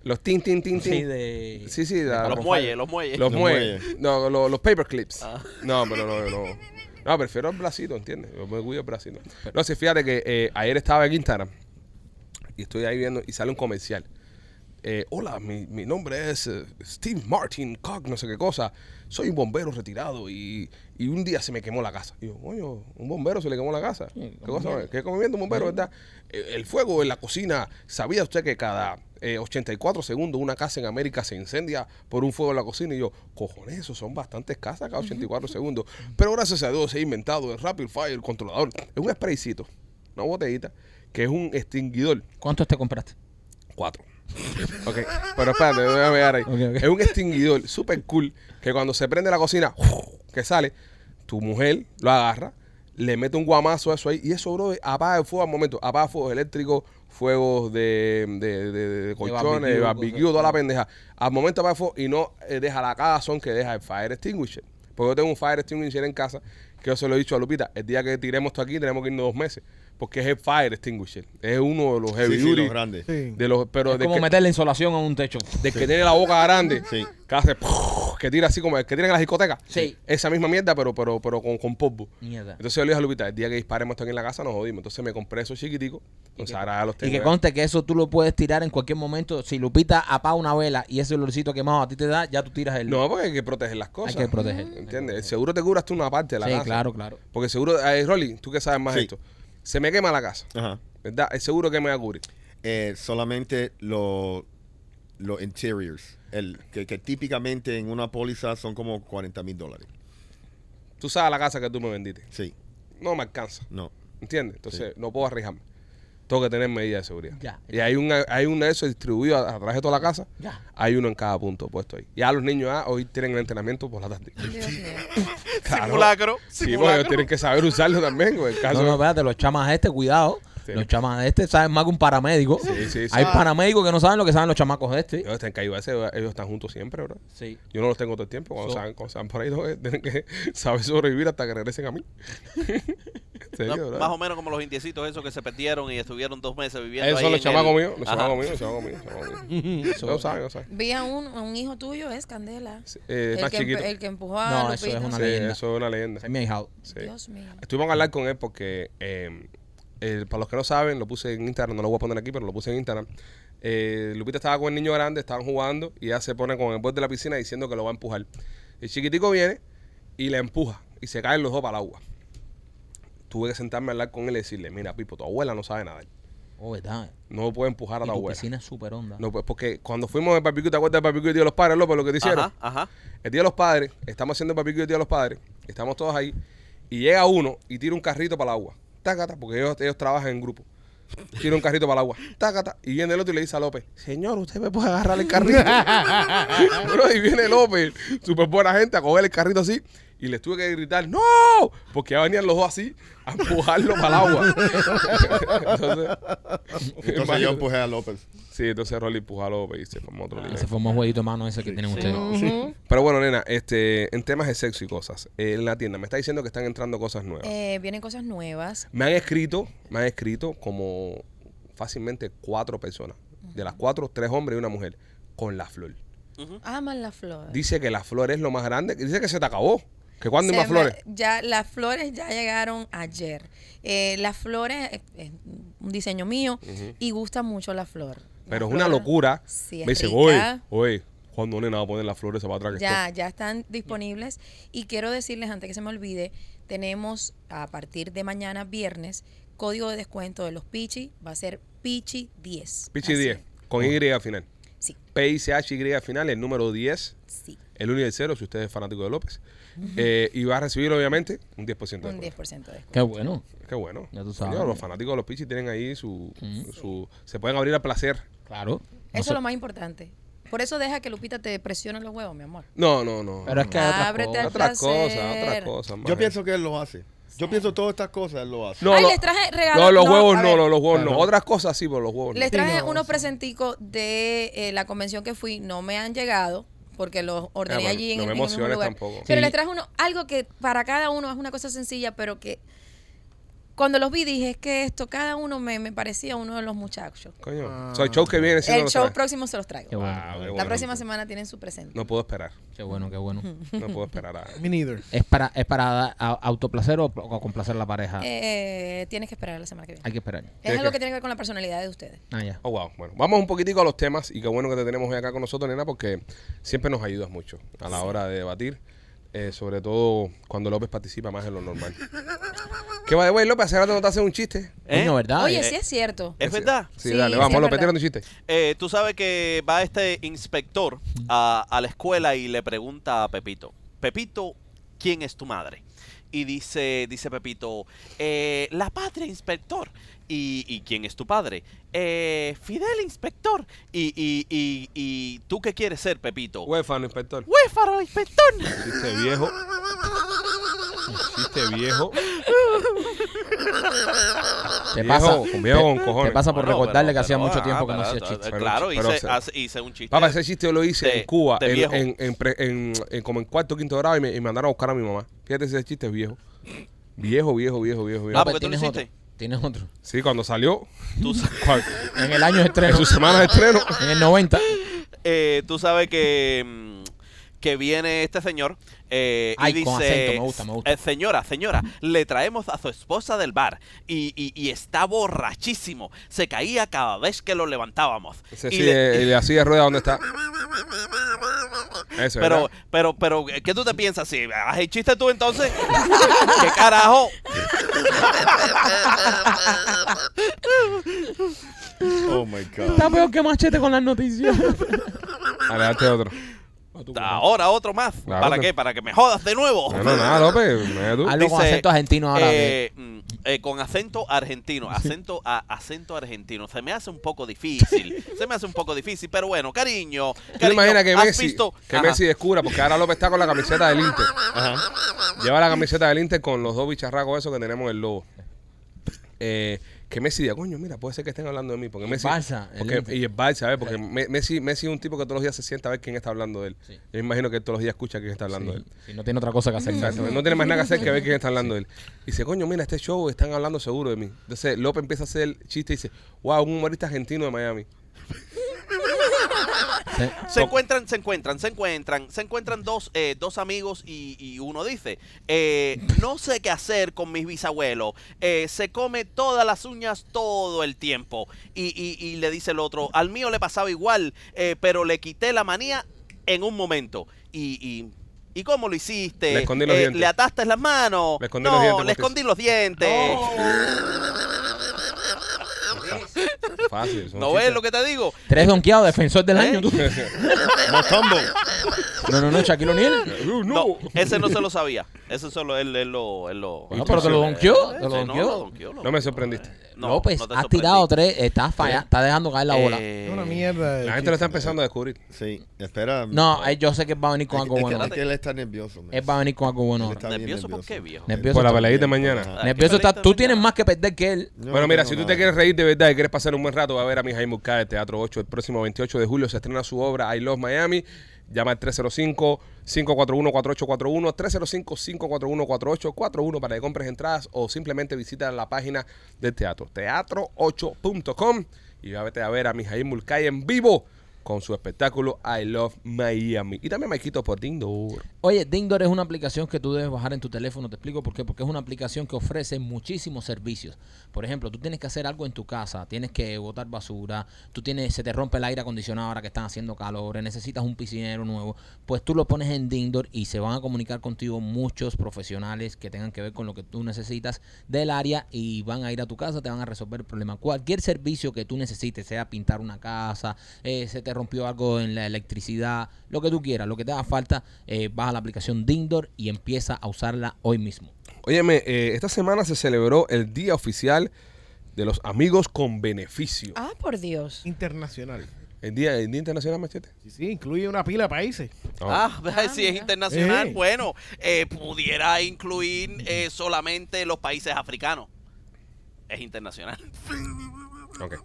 Los tin, tin, tin, tin.
Sí, de...
Sí, sí, la-
Los muelles, los muelles.
Los
Los
muelles.
muelles.
No, lo- los paperclips. No, pero no, no. No, prefiero el bracito, ¿entiendes? Yo me cuido el bracito. No, sí, fíjate que eh, ayer estaba en Instagram y estoy ahí viendo y sale un comercial. Eh, hola, mi, mi nombre es eh, Steve Martin Cock, no sé qué cosa. Soy un bombero retirado y, y un día se me quemó la casa. Y yo, coño, un bombero se le quemó la casa. ¿Qué cosa? ¿Qué comiendo un bombero, verdad? Eh, el fuego en la cocina. ¿Sabía usted que cada eh, 84 segundos una casa en América se incendia por un fuego en la cocina? Y yo, cojones, eso son bastantes casas cada 84 segundos. Pero gracias a Dios he inventado el Rapid Fire, el controlador. Es un spraycito, una botellita, que es un extinguidor.
¿Cuántos te compraste?
Cuatro. Ok, pero espérate, voy a pegar ahí.
ok.
Es un extinguidor súper cool que cuando se prende la cocina, que sale, tu mujer lo agarra, le mete un guamazo a eso ahí y eso, bro, apaga el fuego al momento. Apaga fuegos eléctricos, fuegos de, de, de- de- de colchones,
barbecue,
de barbecue,
cosas.
toda la pendeja. Al momento apaga el fuego y no eh, deja la cagazón que deja el fire extinguisher. Porque yo tengo un fire extinguisher en casa que yo se lo he dicho a Lupita. El día que tiremos esto aquí tenemos que irnos dos meses. Porque es el fire extinguisher. Es uno de los heavy
sí, sí,
duty
los grandes.
Sí.
de los, pero
es
de
como
que,
meter la insolación a un techo.
de que tiene la boca grande,
Sí.
que hace que tira así como el que tiran en las discotecas.
Sí.
Esa misma mierda, pero, pero, pero con, con polvo.
Mierda.
Entonces yo le dije a Lupita, el día que disparemos esto aquí en la casa nos jodimos. Entonces me compré esos chiquiticos. Entonces ahora ya los
Y
tengo.
que
ya.
conste que eso tú lo puedes tirar en cualquier momento. Si Lupita apaga una vela y ese olorcito quemado a ti te da, ya tú tiras el.
No, porque hay que proteger las cosas. Mm,
que proteger.
¿Entiendes? El seguro te curas tú una parte de la
sí,
casa.
claro, claro.
Porque seguro, ay, Rolly, tú que sabes más
Sí.
de esto. Se me quema la casa,
Ajá.
¿verdad? El seguro que me va a cubrir.
Eh, solamente los los interiors, el, que, que típicamente en una póliza son como 40 mil dólares.
Tú sabes la casa que tú me vendiste.
Sí,
No me alcanza.
no.
¿Entiendes? Entonces, no puedo arriesgarme. Tengo que tener medidas de seguridad.
Ya.
Y hay un, hay un de esos distribuido a- atrás de toda la casa.
Ya.
Hay uno en cada punto puesto ahí. Ya los niños ah, hoy tienen el entrenamiento por la tarde.
Dios mío.
Claro.
Simulacro,
Sí, porque ellos
simulacro.
tienen que saber usarlo también. güey, en caso-
No, no, espérate, los chamas este, cuidado.
Sí.
Los chamas de este saben más que un paramédico.
Sí, sí, sí.
Hay
Ah.
paramédicos que no saben lo que saben los chamacos de este.
ellos están caídos, ese, ellos están juntos siempre, ¿verdad?
Sí.
Yo no los tengo todo el tiempo. Cuando,
So-
salgan, cuando salgan por ahí, ¿no? tienen que saber sobrevivir hasta que regresen a mí. En serio,
No,
¿verdad?
más o menos como los indiecitos esos que se perdieron y estuvieron dos meses viviendo
Esos
ahí
son los
en
chamacos
el-
míos, los
Ajá.
chamacos míos, los chamacos míos, los chamacos míos. No saben, no saben.
Vi a un, a un hijo tuyo, es Candela.
Sí, eh,
el,
más
que
chiquito.
empu- el que empujó a
No, eso
Lupita.
es una
Sí,
leyenda.
eso es una leyenda.
Ese es mi ahijado.
Sí.
Dios mío.
Estuvimos a hablar con él porque, eh, el- para los que no saben, lo puse en Instagram, no lo voy a poner aquí, pero lo puse en Instagram. Eh, Lupita estaba con el niño grande, estaban jugando y ella se pone con el borde de la piscina diciendo que lo va a empujar. El chiquitico viene y la empuja y se caen los dos para el agua. Tuve que sentarme a hablar con él y decirle, mira, Pipo, tu abuela no sabe nadar.
Oh, ¿verdad?
No puede empujar a
Y
la
tu
abuela.
piscina es súper onda.
No, pues porque cuando fuimos al barbecue, ¿te acuerdas del barbecue del Día de los Padres, López, lo que te hicieron?
Ajá, ajá.
El Día de los Padres, estamos haciendo el barbecue del Día de los Padres, estamos todos ahí, y llega uno y tira un carrito para el agua. Tácata, porque ellos, ellos trabajan en grupo. Tira un carrito para el agua. Tácata. Y viene el otro y le dice a López, señor, usted me puede agarrar el carrito. Bro, y viene López, súper buena gente, a coger el carrito así. Y les tuve que gritar, ¡No! Porque ya venían los dos así a empujarlo para el agua. Entonces,
Entonces yo empujé a López.
Sí, entonces Rolly empujó a López y se formó otro lío.
Ese fue un jueguito mano ese que tienen ustedes.
Pero bueno, nena, este, en temas de sexo y cosas, eh, en la tienda me está diciendo que están entrando cosas nuevas.
Eh, vienen cosas nuevas.
Me han escrito, me han escrito como fácilmente cuatro personas. De las cuatro, tres hombres y una mujer. Con la flor.
Aman las flores.
Dice que la flor es lo más grande. Dice que se te acabó. Que cuando hay
Se
más flores.
me- Ya, las flores ya llegaron ayer. Eh, las flores, eh, es un diseño mío, y gusta mucho la flor. La
Pero es una
flor-
locura.
Sí, es
me dice,
rica.
oye, oye, ¿cuándo nena va a poner las flores para atrás que
Ya,
estoy?"
ya están disponibles. Y quiero decirles, antes que se me olvide, tenemos a partir de mañana, viernes, código de descuento de los Pichi. Va a ser Pichi 10.
Pichi
Así
10,
es.
con Y al final.
Sí,
P-I-C-H-Y al final, el número 10.
sí.
El 1 y el 0, si usted es fanático de López. Eh, y va a recibir, obviamente, un 10% de
Un
descuento.
10% de descuento.
Qué bueno.
Qué bueno.
Ya tú sabes. Mm.
Coño, los fanáticos de los Pichis tienen ahí su, su- Se pueden abrir al placer.
Claro.
Eso es lo
Noso-
más importante. Por eso deja que Lupita te presione los huevos, mi amor.
No, no, no.
Pero es que hay otras
Ábrete
cosas.
al
Otras cosas,
placer.
otras cosas. maje.
Yo pienso que él lo hace. Yo pienso todas estas cosas él lo hace.
No,
Ay,
lo-
les traje regalos.
No, los
No,
huevos
a
no,
ver.
no, los huevos no. Otras cosas sí, pero los huevos no.
Les traje unos presenticos de eh, la convención que fui, no me han llegado porque los ordené
Ah, bueno,
allí en
no
el,
me
en el mismo
emociones
lugar.
tampoco.
Pero
Sí.
les traje uno, algo que para cada uno es una cosa sencilla, pero que cuando los vi dije es que esto cada uno me, me parecía uno de los muchachos.
Coño,
Ah.
soy show que viene. si no
el
lo
show
traes.
próximo se los traigo.
Qué bueno.
Ah, qué
La
bueno.
próxima semana tienen su presente.
No puedo esperar.
Qué bueno, qué bueno.
No puedo esperar a...
Me neither.
¿Es para, es para dar a- autoplacer o, o complacer a la pareja?
Eh, tienes que esperar la semana que viene.
Ah. Hay que esperar.
tiene
Es algo
que-
que tiene que ver con la personalidad de ustedes.
Ah, ya.
Oh, wow. Bueno, vamos un poquitico a los temas y qué bueno que te tenemos hoy acá con nosotros, nena, porque siempre nos ayudas mucho a la hora de debatir, eh, sobre todo cuando López participa más en lo normal. ¿Qué va de güey, López? Hace rato no te hace un chiste.
¿Eh?
Coño, ¿verdad?
Oye,
Eh,
sí es cierto.
¿Es verdad?
Sí,
Sí,
dale,
sí,
vamos,
es
López,
verdad.
tírate un chiste.
Eh, tú sabes que va este inspector a, a la escuela y le pregunta a Pepito, Pepito, ¿quién es tu madre? Y dice, dice Pepito, "Eh, la patria, inspector. ¿Y, y quién es tu padre? "Eh, Fidel, inspector. Y, y, y, y tú qué quieres ser, Pepito?
Huéfano, inspector.
Huéfaro, inspector.
Chiste viejo. Chiste viejo.
Te
Viejo,
pasa,
con viejo
te-
con
te
cojones.
pasa por
Bueno,
recordarle
pero-
que hacía
pero-
mucho
ah,
tiempo que no
pero-
hacía
pero-
chistes.
Claro,
Pero-
hice,
pero-
hace- hice un chiste.
Papá, ese chiste yo lo hice
De-
en Cuba,
de
en,
viejo.
en- en pre- en- en- como en cuarto, quinto grado, y me, y me mandaron a buscar a mi mamá. Fíjate, ese chiste es viejo. Viejo, viejo, viejo, viejo. viejo.
Ah, porque tú lo
tienes otro.
hiciste.
Tienes otro.
Sí, cuando salió,
Tú sa-
cuando-
En el año de
en
estreno.
su semana de estreno,
En el 90.
Eh, tú sabes que, mm, que viene este señor eh, y
Ay,
dice,
con acento, me gusta, me gusta.
"Eh, señora, señora, le traemos a su esposa del bar y, y- y está borrachísimo, se caía cada vez que lo levantábamos.
ese
Y
sí,
le-
eh, y le hacía rueda donde está. Eso,
pero,
¿verdad?
pero, pero, ¿qué tú te piensas? Si haz el chiste tú entonces, ¿qué carajo?
Oh my God.
Está peor que machete con las noticias.
Adelante otro.
Ahora otro más.
Claro
¿Para
que-
qué? Para que me jodas de nuevo.
No, no, nada, López. mira tú.
Hazlo con
Dice,
acento argentino ahora.
eh, mm, eh, con acento argentino, acento a- acento argentino. Se me hace un poco difícil. se me hace un poco difícil, pero bueno, cariño.
¿Tú te
cariño,
imaginas que
¿has
Messi,
visto?
que
Ajá.
Messi descubra? Porque ahora López está con la camiseta del Inter. Lleva la camiseta del Inter con los dos bicharracos esos que tenemos en el lobo. Eh, que Messi diga, coño, mira, puede ser que estén hablando de mí. Porque Messi,
Barça, el
porque-
Inter.
y el Barça, ¿ves? Porque Me- Messi, Messi es un tipo que todos los días se sienta a ver quién está hablando de él.
Sí.
Yo me imagino que él todos los días escucha quién está hablando de él.
Si no tiene otra cosa que hacer.
Exacto, No tiene más nada que hacer que ver quién está hablando de él. Y dice, coño, mira, este show están hablando seguro de mí. Entonces López empieza a hacer el chiste y dice, wow, un humorista argentino de Miami.
Sí.
Se encuentran, se encuentran, se encuentran, se encuentran dos, eh, dos amigos y, y uno dice, eh, no sé qué hacer con mis bisabuelos, Eh, se come todas las uñas todo el tiempo. Y, y- y le dice el otro, al mío le pasaba igual, eh, pero le quité la manía en un momento. Y, y- ¿y cómo lo hiciste?
Le escondí los
Eh,
dientes.
¿Le ataste las manos?
Le escondí
no,
los dientes,
le
Motis.
escondí los dientes.
fácil. son
¿No ves
chistes.
lo que te digo?
Tres donkeados, defensor
¿Eh?
del año. tú.
Motombo.
No, no, no, Shaquille O'Neal.
Uh,
No,
no.
ese no se lo sabía. Ese solo él, él lo, él lo.
Bueno, pero te lo donkeó, te lo
Sí, no,
donkeó.
lo donkeó, lo-
No me sorprendiste.
no,
López,
no te
has tirado
sorprendí.
tres, estás falla, estás dejando caer la bola.
Eh,
Es una mierda. de
La gente lo está
chiste.
empezando a descubrir.
Sí, espera.
no, eh, yo sé que él va a venir con
Es
algo
que- es
bueno.
que- es que él está nervioso. man.
Él va a venir con algo bueno.
Él
ahora.
está bien
¿Nervioso por qué, viejo?
Nervioso
Por la
está.
peleita de mañana.
Ajá.
Ah,
Nervioso
qué
está.
pelita
Tú
de
tienes
mañana.
más que perder que él.
Yo no
bueno, mira,
tengo
si tú
nada.
te quieres reír de verdad y quieres pasar un buen rato, va a ver a Mijail Murcada al Teatro 8 el próximo 28 de julio. Se estrena su obra I Love Miami. Llama al 305-541-4841, 305-541-4841 para que compres entradas o simplemente visita la página del teatro, teatro8.com y vete a ver a Mijail Murcada en vivo con su espectáculo I Love Miami. Y también Maikito Portindo.
Oye, Dingdor es una aplicación que tú debes bajar en tu teléfono. Te explico por qué. Porque es una aplicación que ofrece muchísimos servicios. Por ejemplo, tú tienes que hacer algo en tu casa. Tienes que botar basura. Tú tienes, se te rompe el aire acondicionado ahora que están haciendo calor. Necesitas un piscinero nuevo. Pues tú lo pones en Dingdor y se van a comunicar contigo muchos profesionales que tengan que ver con lo que tú necesitas del área y van a ir a tu casa, te van a resolver el problema. Cualquier servicio que tú necesites, sea pintar una casa, eh, se te rompió algo en la electricidad, lo que tú quieras, lo que te haga falta, eh, baja la aplicación Dindor y empieza a usarla hoy mismo.
Óyeme, eh, esta semana se celebró el Día Oficial de los Amigos con Beneficio.
Ah, por Dios.
Internacional.
El día, el día Internacional Machete.
Sí, sí, incluye una pila de países.
Ah, si es internacional,
Eh.
bueno, eh, pudiera incluir eh, solamente los países africanos. Es internacional.
Ok.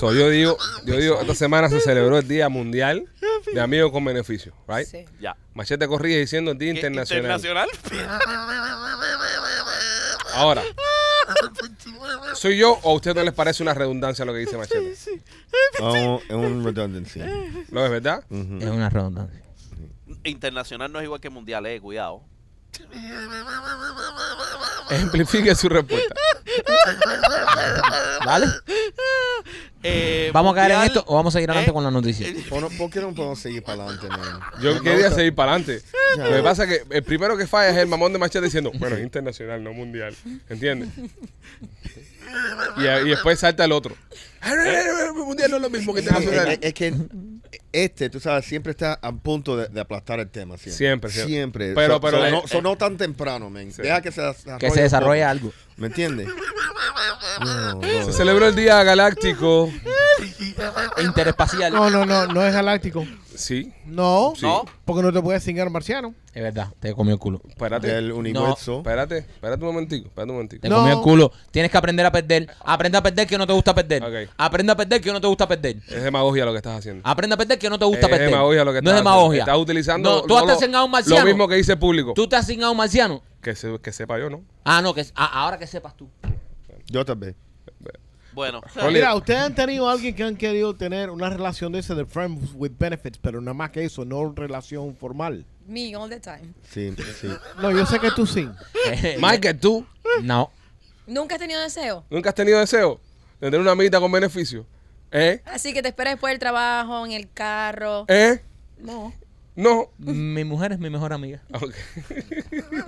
So, yo digo, yo digo, esta semana se celebró el Día Mundial de Amigos con Beneficio, right?
Sí.
Ya.
Machete corrige diciendo el Día
¿Qué-
Internacional.
Internacional.
Ahora, ¿soy yo o a usted no les parece una redundancia lo que dice Machete?
Oh, es un redundancy.
¿Lo es verdad?
Ujú.
Es una redundancia.
Internacional no es igual que mundial, eh, cuidado.
Ejemplifique su respuesta.
¿Vale?
Eh,
¿Vamos a caer en
mundial,
esto o vamos a ir adelante
eh,
con la noticia?
¿Por, no- por qué no podemos seguir para adelante, man?
Yo
Me
quería
gusta-
seguir para adelante.
Ya.
Lo que pasa es que el primero que falla es el mamón de Machete diciendo, bueno, es internacional, no mundial. ¿Entiendes? Y, a- y después salta el otro. mundial no es lo mismo que
Es,
internacional.
es- es que este, tú sabes, siempre está a punto de, de aplastar el tema.
Siempre,
Siempre,
siempre.
Siempre.
Pero-
So-
pero
so
le- eh.
no, so no tan temprano, man. Deja que se desarrolle.
Que se desarrolle
un
algo.
poco. ¿Me entiendes? No,
Se
brother.
celebró el Día Galáctico.
Interespacial.
No, no, no, no es galáctico.
Sí,
No,
Sí.
No,
porque no te puedes cingar marciano.
Es verdad, te comió el culo.
espérate.
Del universo.
Espérate, espérate un momentico, espérate un momentico.
Te
No.
comió el culo. Tienes que aprender a perder. Aprende a perder que no te gusta perder.
Ok.
Aprende a perder que no te gusta perder.
Es demagogia lo que estás haciendo.
Aprende a perder que no te gusta
es
perder.
demagogia lo que
no
estás
es demagogia.
haciendo. Estás utilizando
No, tú
no
has
lo-
asignado un marciano.
Lo mismo que dice el público.
Tú te has asignado un marciano.
Que, se- que sepa yo, ¿no?
Ah, no, que es- ah, ahora que sepas tú.
Yo también.
bueno.
Rolly,
Mira, ustedes han tenido alguien que han querido tener una relación de ese de Friends with Benefits, pero nada más que eso, no relación formal.
Me all the time.
Sí, sí.
No, yo sé que tú sí.
Eh,
Michael, tú
No.
Nunca has tenido deseo.
nunca has tenido deseo de tener una amiguita con beneficio. ¿Eh?
Así que te esperas después del trabajo, en el carro.
¿Eh?
No.
No.
Mi mujer es mi mejor amiga.
Ok.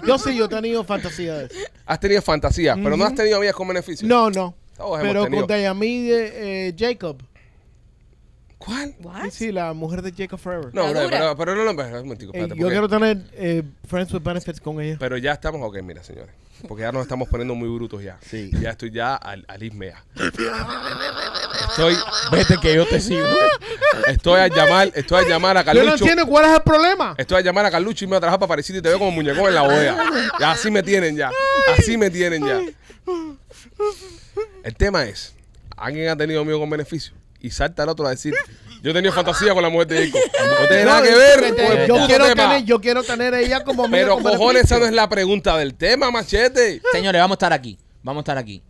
Yo sí, yo he tenido fantasía de eso.
Has tenido fantasías, pero no has tenido amigas con beneficio.
No, no.
Todos hemos
Pero
tenido.
con Dayamide eh, Jacob.
¿Cuál?
What?
Sí, la mujer de Jacob Forever.
No,
La
bro,
dura.
pero, pero no, no, pero, un momentico,
Eh,
espérate,
yo
porque-
quiero tener eh, Friends with Benefits con ella.
Pero ya estamos, ok, mira, señores. Porque ya nos estamos poniendo muy brutos ya.
Sí.
Ya estoy ya al, al Ismea. Estoy,
Vete que yo te sigo.
estoy a llamar, estoy a llamar a
Yo no
Carlucho.
entiendo cuál es el problema.
Estoy a llamar a Carlucho y me voy a trabajar para Parisito y te veo como muñecón en la bodega. Ya, así me tienen ya. Así me tienen ya. El tema es, alguien ha tenido amigo con beneficio y salta el otro a decir, yo he tenido fantasía con la mujer de Ico. No tiene Este, nada que ver con el
este, Yo
puto
quiero,
tema.
tener, yo quiero tener a ella como amiga
Pero
con
cojones,
beneficio.
esa no es la pregunta del tema, machete.
Señores, vamos a estar aquí. Vamos a estar aquí.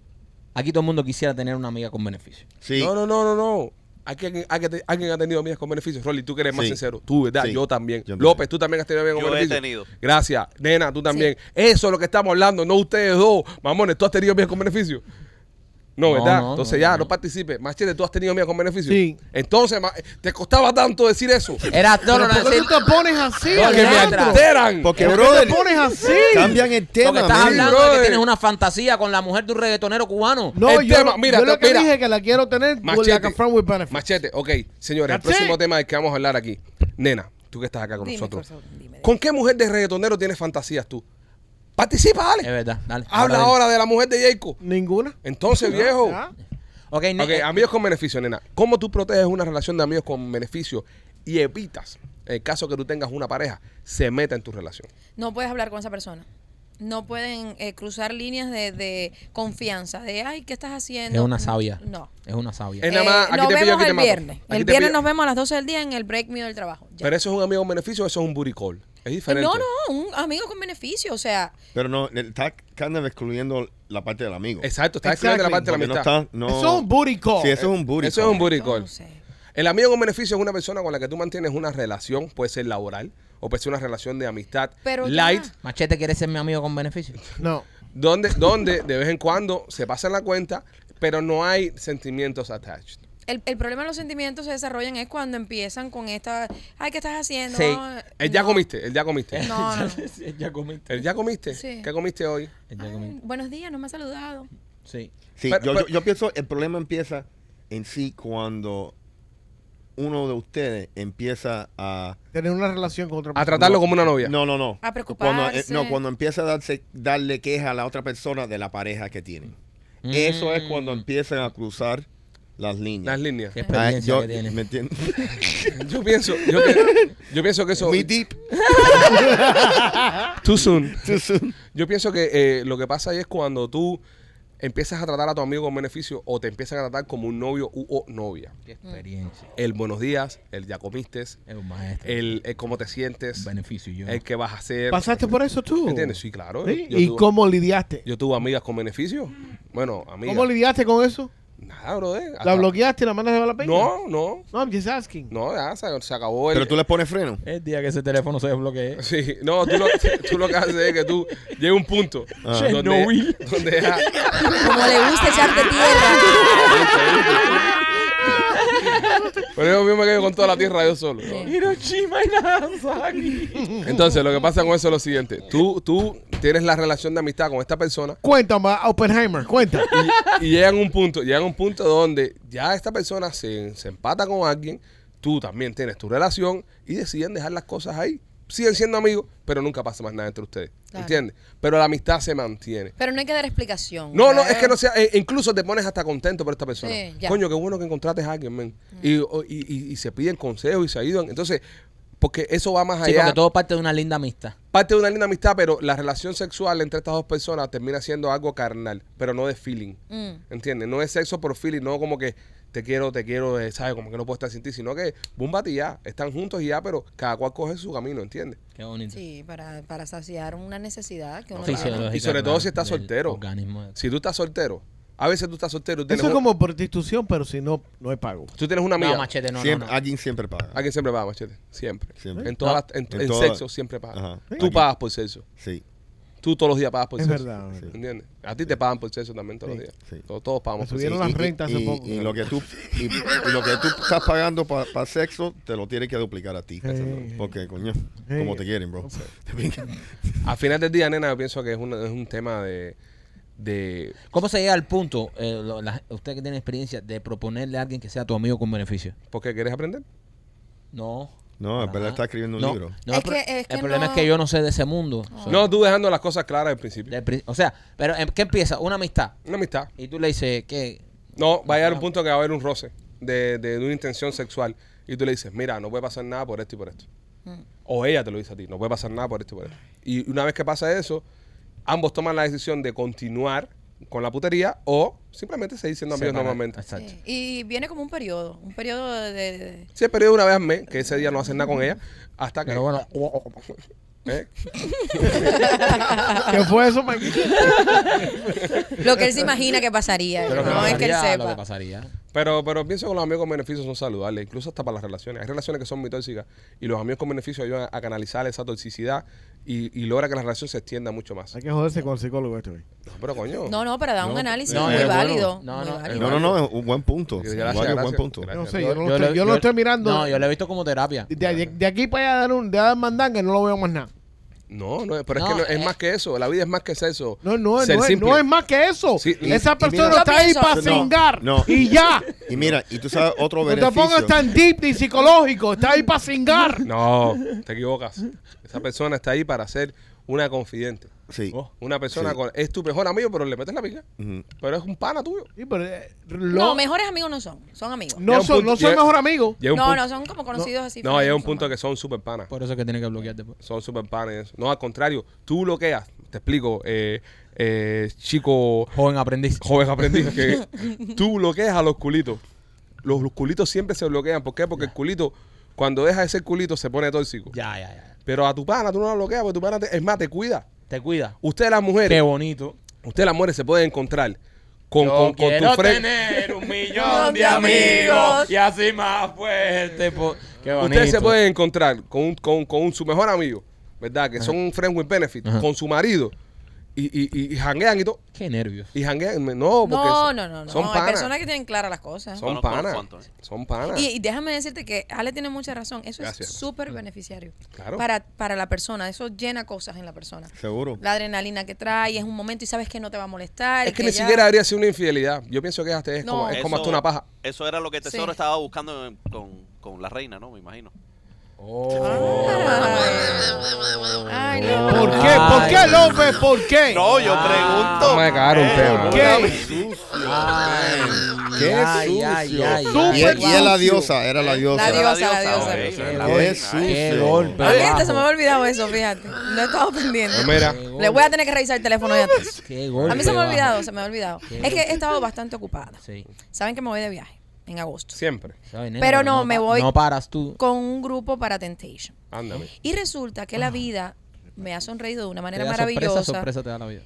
Aquí todo el mundo quisiera tener una amiga con beneficio.
Sí.
No, no, no, no, no. Alguien, alguien, alguien ha tenido amigas con beneficios. Rolly, tú que eres más
Sí.
sincero. Tú, ¿verdad?
Sí.
Yo también.
Yo también.
López, tú también has tenido amigas con
Yo he
beneficios.
tenido.
Gracias. Nena, tú también. Eso es lo que estamos hablando, no ustedes dos. Mamones, tú has tenido amigas con beneficios. No,
No,
¿verdad?
no,
Entonces
no,
ya, no,
no.
participe. Machete, tú has tenido mía con beneficio.
Sí.
Entonces, ma- te costaba tanto decir eso.
Era no, no,
Pero
no,
¿por qué
decir-
tú te pones así,
No,
Porque me
Alejandro.
Alejandro?
alteran.
Porque,
¿Por qué
brother,
te pones así?
cambian el
Porque
tema.
estás
man.
sí,
hablando de que
brother.
tienes una fantasía con la mujer de un reggaetonero cubano.
No,
El
yo,
tema,
no-
mira,
yo lo que
mira.
dije que la quiero tener con
Machete.
la que friend with benefits.
Machete, ok. Señores, el
That's
próximo
it.
tema del que vamos a hablar aquí. Nena, tú que estás acá con
Dime,
nosotros.
por favor, dime, dime.
¿Con qué mujer de reggaetonero tienes fantasías tú? Participa,
Es
Ale.
verdad, dale.
Habla
dale.
ahora de la mujer de Jacob.
Ninguna.
Entonces, viejo.
¿Ya?
Ok, ne-
Ok,
eh,
amigos con beneficio, nena. ¿Cómo tú proteges una relación de amigos con beneficio y evitas, en el caso que tú tengas una pareja, se meta en tu relación?
No puedes hablar con esa persona. No pueden eh, cruzar líneas de, de confianza, de, ay, ¿qué estás haciendo?
es una sabia.
No.
Es una sabia.
Es nada más,
Eh,
aquí
nos
te pillo,
vemos
aquí te
el
mato.
viernes.
Aquí
el
te
viernes
pillo.
nos vemos a las 12 del día en el break mío del trabajo. Ya. Eh,
Pero eso es un amigo con beneficio o eso es un booty call. Es diferente.
no, no, un amigo con beneficio, o sea,
Pero no, está kind of excluyendo la parte del amigo.
Exacto, está excluyendo la parte de la
Porque no
amistad.
está- no-
Eso es un booty call.
Sí, eso es un booty.
Eso es
call.
un booty
yo
call.
no sé.
El amigo con beneficio es una persona con la que tú mantienes una relación, puede ser laboral o puede ser una relación de amistad
Pero ya.
light,
Machete quiere ser mi amigo con beneficio.
No.
donde, donde de vez en cuando se pasan la cuenta, pero no hay sentimientos attached.
El, el problema de los sentimientos se desarrollan es cuando empiezan con esta, ay, ¿qué estás haciendo?
Sí.
El ya
Eh, No.
comiste, el ya comiste.
No, no. no.
ya comiste.
¿El ya comiste?
Sí.
¿Qué comiste hoy?
Ya
Ay,
comiste.
buenos días, no me ha saludado.
Sí.
Sí,
Pero-
yo,
pero-
yo- yo pienso el problema empieza en sí cuando uno de ustedes empieza a...
Tener una relación con otra
A
persona.
tratarlo como una
Oh,
novia.
No, no, no.
A
Cuando, eh,
preocuparse.
no, cuando empieza a darse, darle queja a la otra persona de la pareja que tienen. Eso es cuando
Mm.
empiezan a cruzar las líneas.
Las líneas.
Qué
Ah,
experiencia
yo,
que tiene.
¿Me entiendes?
Yo pienso, yo, pi- yo pienso que eso.
Muy deep.
Too soon.
Too soon.
Yo pienso que eh, lo que pasa ahí es cuando tú empiezas a tratar a tu amigo con beneficio o te empiezan a tratar como un novio u o novia.
Qué experiencia.
El buenos días, el ya
Mm.
comiste,
Es un maestro.
el, el cómo te sientes,
beneficio yo.
el qué vas a hacer.
¿Pasaste por eso tú?
¿Entiendes? Sí, claro.
¿Sí?
Yo,
¿Y
tuve,
cómo lidiaste?
yo tuve amigas con beneficio. Bueno, amigas.
¿Cómo lidiaste con eso?
Nada, brother.
¿La
Hasta-
bloqueaste y la mandaste a la peña?
No, no.
No, I'm just asking.
No, ya se, se acabó el.
Pero tú les pones freno.
El día que ese teléfono se desbloquee.
Sí, no, tú lo, tú lo que haces es que tú llegas a un punto
Ah.
donde,
Chernobyl.
donde ya-
Como le gusta echarte tierra.
Por eso mismo que yo con toda la tierra yo solo. ¿no?
Hiroshima y Nagasaki.
Entonces, lo que pasa con eso es lo siguiente. Tú, tú tienes la relación de amistad con esta persona
Cuéntame, Oppenheimer, cuenta.
y, y llegan a un punto, llegan a un punto donde ya esta persona se, se empata con alguien, tú también tienes tu relación y deciden dejar las cosas ahí. Siguen siendo amigos, pero nunca pasa más nada entre ustedes.
Claro.
¿Entiendes? Pero la amistad se mantiene.
Pero no hay que dar explicación.
No, no,
¿verdad?
es que no sea. eh, incluso te pones hasta contento por esta persona.
Sí, ya.
Coño, qué bueno que encontraste a alguien, men. Y, o- y- y- y se piden consejos y se ayudan. Entonces, porque eso va más
Sí,
allá.
porque todo parte de una linda amistad.
Parte de una linda amistad, pero la relación sexual entre estas dos personas termina siendo algo carnal, pero no de feeling.
Mm.
¿Entiendes? No es sexo por feeling, no como que te quiero, te quiero, eh, ¿sabes? Como que no puedo estar sin ti, sino que búmbate y ya. Están juntos y ya, pero cada cual coge su camino, ¿entiendes?
Qué bonito.
Sí, para, para saciar una necesidad que uno
Sí,
tiene.
Y sobre todo si estás soltero.
Organismo.
Si tú estás soltero, a veces tú estás soltero, tú tienes,
Eso es como prostitución, pero si no, no hay pago.
tú tienes una amiga.
No, machete, no,
Siempre-
no, no.
Alguien siempre paga.
Alguien siempre paga, machete. Siempre.
Siempre.
En, todas
Ah.
las- en,
En
en
todas-
sexo siempre pagas.
Ajá.
Tú
Aquí.
pagas por sexo.
Sí.
Tú todos los días pagas por
Es
sexo.
verdad, es verdad.
¿Entiendes? A ti te pagan por sexo también todos
Sí.
los días.
Sí.
Todos, todos
Me
pagamos por
subieron
Y-
las
y-
rentas
y,
hace poco.
y lo que tú y, y lo que tú estás pagando para sexo te lo tiene que duplicar a ti
Hey.
porque coño
Hey.
como te quieren bro
sexo. Al final del día, nena, yo pienso que es, una- es un tema de... de
¿Cómo se llega al punto, eh, lo- la- usted que tiene experiencia, de proponerle a alguien que sea tu amigo con beneficio?
¿Por qué quieres aprender?
No.
No,
para
el Pela
nada.
está escribiendo un
No,
libro.
no,
Es
el pro-
que- es que
el problema
no-
es que yo no sé de ese mundo. O sea,
No, tú dejando las cosas claras al principio.
del pri- o sea, pero eh, ¿qué empieza? Una amistad.
Una amistad.
Y tú le dices que...
No, va a
Ah.
llegar un punto que va a haber un roce de, de una intención sexual. Y tú le dices, mira, no puede pasar nada por esto y por esto.
Mm.
O ella te lo dice a ti, no puede pasar nada por esto y por esto. Y una vez que pasa eso, ambos toman la decisión de continuar con la putería o simplemente seguir siendo amigos
separar.
normalmente.
Exacto.
Sí, Y viene como un periodo, un periodo de... de-
Si el periodo de una vez al mes, que ese día no hacen nada con ella, hasta que...
Pero bueno,
¿eh?
¿Qué fue eso, Mike?
de- lo que él se imagina que pasaría.
pero
no
que
es que él
pasaría lo
sepa.
que pasaría.
Pero, pero pienso que los amigos con beneficio son saludables, incluso hasta para las relaciones. Hay relaciones que son muy tóxicas y los amigos con beneficio ayudan a canalizar esa toxicidad y, y logra que la relación se extienda mucho más.
Hay que joderse con el psicólogo este esto. güey.
Pero coño.
No, no, para dar un
No,
análisis
no,
muy
es bueno.
válido.
No,
muy
no, es
válido.
No, no, no, es un buen punto.
Gracias,
Igual que un buen
gracias.
punto.
Gracias.
No sé, yo no lo,
Yo
estoy, yo lo estoy mirando.
No, yo lo he visto como terapia.
de, de- de aquí para allá dar un de dar mandanga no lo veo más nada.
No, no, pero es
No,
que no, es
eh.
más que eso. La vida es más que sexo.
No, no,
Ser
no, es,
simple.
no es más que eso.
Sí, y-
Esa
y
persona
mira-
está ahí
Yo
para
pienso-
No,
cingar
no.
y ya.
Y mira, y tú sabes otro
No te
beneficio.
pongas tan deep ni psicológico, está ahí para cingar.
No, te equivocas. Esa persona está ahí para ser una confidente.
Sí.
Oh, una persona
Sí.
con- es tu mejor amigo, pero le metes la pica.
Ujú.
Pero es un pana tuyo.
Sí, pero, eh,
No,
lo-
mejores amigos no son, son amigos.
no
Llega un
son,
punto-
no son
llega-
mejor amigos.
Llega un
no,
punto-
no, son como conocidos así.
No, llega un punto que son super panas.
Por eso es que tiene que bloquear después.
Son super panas. y eso. No, al contrario, tú bloqueas. Te explico, eh, eh, chico
Joven aprendiz.
joven aprendiz, que tú bloqueas a los culitos. Los, los culitos siempre se bloquean. ¿Por qué? Porque el culito, cuando deja de ser culito, se pone tóxico.
Ya, ya, ya.
Pero a tu pana tú no lo bloqueas porque tu pana, te- es más, te cuida.
Te cuida.
Ustedes las
Qué
mujeres,
bonito.
ustedes las mujeres se pueden encontrar con,
Yo
con, con
quiero
tu fre-
tener un millón
Millón
de
de
amigos
amigos.
y así más fuerte. po- Qué bonito.
Ustedes se pueden encontrar con, un- con, con su mejor amigo, ¿verdad? Que son un friend with benefit,
Ajá.
con su marido. Y, y, y, y janguean y todo.
Qué nervios.
Y janguean. No, porque
No,
son-
no, no, no.
son
Hay
panas.
personas que tienen claras las cosas.
Son
Conozco unos
panas.
cuantos, ¿eh?
Son panas.
Y, y déjame decirte que Ale tiene mucha razón. Eso
Gracias.
es súper beneficiario.
Claro.
Para, para la persona. Eso llena cosas en la persona.
Seguro.
La adrenalina que trae, es un momento y sabes que no te va a molestar. y
es que ni
ya-
siquiera habría sido una infidelidad. Yo pienso que es, hasta- es
No. eh.
como, es como hasta una paja.
Eso era lo que Tesoro
Sí.
estaba buscando en- con, con la reina, ¿no? Me imagino.
Ah. Ay, no.
¿Por qué? ¿Por
Ay.
qué, López? ¿Por qué?
No, yo pregunto.
Vamos a cagar un
Eh,
tema.
¿Qué?
Qué
Ay,
sucio.
ay, ay,
y,
Súper
y es la
sucio.
diosa, era la diosa.
La diosa, la
ok,
diosa.
la
Qué
reina,
sucio.
eh.
Qué golpe.
Ah, fíjate,
bajo.
se me había olvidado eso, fíjate. No estaba pendiente.
Pues mira,
Le voy a tener que revisar el teléfono ya.
Qué golpe.
A mí se me ha
bajo.
olvidado, se me ha olvidado. Es que he estado bastante ocupada.
Sí.
Saben que me voy de viaje en agosto
siempre.
Sabes, nena,
Pero no,
pa-
me voy-
No paras tú.
con un grupo para Temptation.
Ándame.
Y resulta que la vida me ha sonreído de una
Te
manera
da
maravillosa
Sorpresa, sorpresa te da la vida.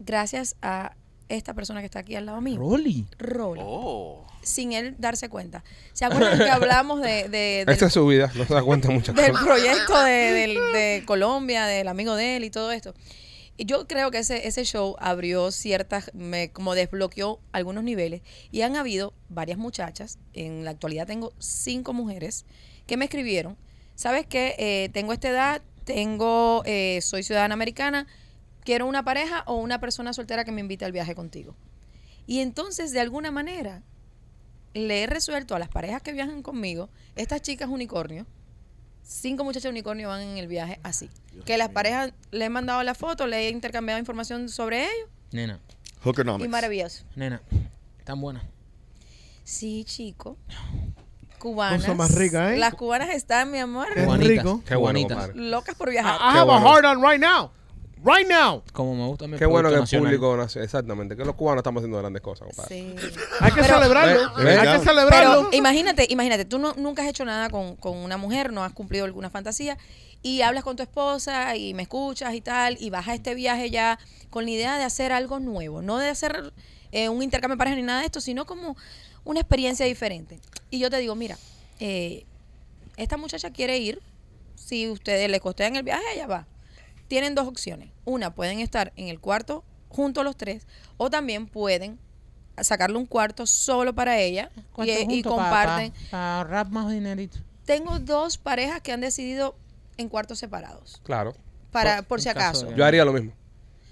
gracias a esta persona que está aquí al lado mío.
Rolly.
Rol.
Oh.
Sin él darse cuenta. ¿Se acuerdan que hablamos de, de- del,
Esta es su vida. No se da cuenta de muchas
del
cosas.
proyecto de, del- de Colombia, del amigo de él y todo esto? Y yo creo que ese, ese show abrió ciertas, me, como desbloqueó algunos niveles y han habido varias muchachas, en la actualidad tengo cinco mujeres, que me escribieron, ¿sabes qué? Eh, tengo esta edad, tengo, eh, soy ciudadana americana, quiero una pareja o una persona soltera que me invite al viaje contigo. Y entonces, de alguna manera, le he resuelto a las parejas que viajan conmigo, estas chicas unicornio, cinco muchachas unicornio van en el viaje así. que las parejas le he mandado la foto, le he intercambiado información sobre ellos
Nena,
Hookernomics.
y maravilloso.
nena. Tan buena.
Sí, chico. Cubanas.
Cosa más rica, ¿eh?
Las cubanas están, mi amor,
Qué
Juanitas,
rico.
Qué bueno,
Juanitas.
compadre.
locas por viajar.
I have a hard on right now. Right now.
Como me gusta mi
Qué bueno
producto
que el
nacional.
público nace- exactamente, que los cubanos estamos haciendo grandes cosas, compadre.
Sí.
ah. Hay que celebrarlo.
Ve- ve-
Hay que
Pero eh,
celebrarlo.
imagínate, imagínate, tú no- nunca has hecho nada con, con una mujer, no has cumplido alguna fantasía y hablas con tu esposa y me escuchas y tal, y vas a este viaje ya con la idea de hacer algo nuevo, no de hacer eh, un intercambio de pareja ni nada de esto, sino como una experiencia diferente. Y yo te digo, mira, eh, esta muchacha quiere ir, si ustedes le costean el viaje, ella va. Tienen dos opciones. Una, pueden estar en el cuarto juntos los tres, o también pueden sacarle un cuarto solo para ella y, y comparten.
Para ahorrar más dinerito.
Tengo dos parejas que han decidido en cuartos separados,
Claro.
para
Por-
por si
en caso
acaso.
de-
Yo haría lo mismo.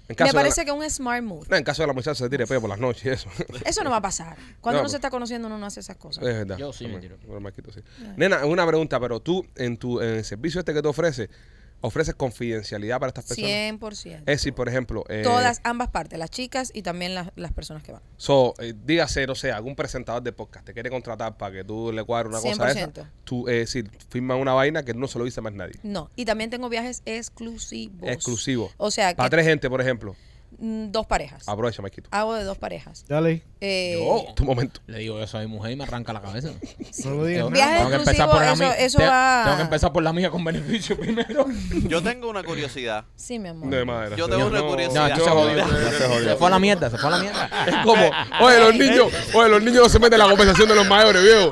En caso
Me
de la-
parece que un smart move.
No, en caso de la muchacha se tire peo por las noches y eso.
Eso no va a pasar. Cuando
No,
uno
pues. eh,
se está conociendo, uno no hace esas
es
cosas.
verdad.
Yo sí me
También.
tiro.
Bueno, Marquito, sí. Nena, una pregunta, pero tú, en tu en el servicio este que te ofreces, ¿ofreces confidencialidad para estas personas?
100%.
Es decir, por ejemplo, eh,
Todas, ambas partes, las chicas y también las, las personas que van.
So, eh, dígase, no sé, algún presentador de podcast te quiere contratar para que tú le cuadres una cosa de esa.
100%.
Tú, eh, es decir, firma una vaina que no se lo dice más nadie.
No, y también tengo viajes exclusivos.
Exclusivo.
O sea,
Para
que
tres gente, por ejemplo.
mm, dos parejas.
Aprovecha, Maquito.
Hago de dos parejas.
Dale.
Ah, Eh,
Oh, tu momento.
Le digo, yo soy mujer y me arranca la cabeza.
No lo digas
Tengo-
nada.
Viaje
tengo que empezar
exclusivo,
por la
eso-
mía.
eso
Te-
va-
Tengo que empezar por la mía con beneficio primero.
Yo tengo una curiosidad.
Sí, mi amor.
De madera.
Yo tengo una
No,
curiosidad.
no,
Se jodió.
no,
Se jodió.
Se fue a la mierda, se fue a la mierda.
Es como, oye, los niños, oye, los niños no se meten en la conversación de los mayores, viejo.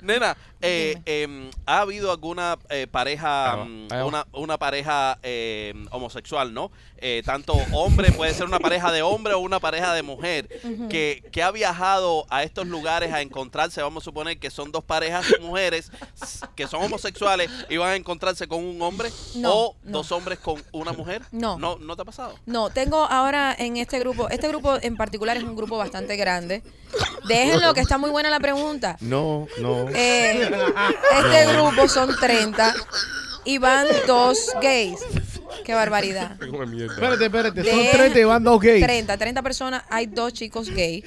Nena, eh, em, ¿ha habido alguna eh,
Ahí
pareja,
va,
mm,
ahí va.
una, una pareja eh, homosexual, no? Eh, tanto hombre, puede ser una pareja de hombre o una pareja de mujer, que, que ha viajado a estos lugares a encontrarse, vamos a suponer que son dos parejas de mujeres s- que son homosexuales y van a encontrarse con un hombre
No,
o
no.
dos hombres con una mujer.
No.
¿No, no te ha pasado?
No, tengo ahora en este grupo, este grupo en particular es un grupo bastante grande. Déjenlo, que está muy buena la pregunta.
No, no.
Eh, este grupo son 30 y van dos gays. Qué barbaridad.
Es como mierda.
Espérate, espérate. Son
De-
30 y van dos gays.
30, 30 personas, hay dos chicos gay.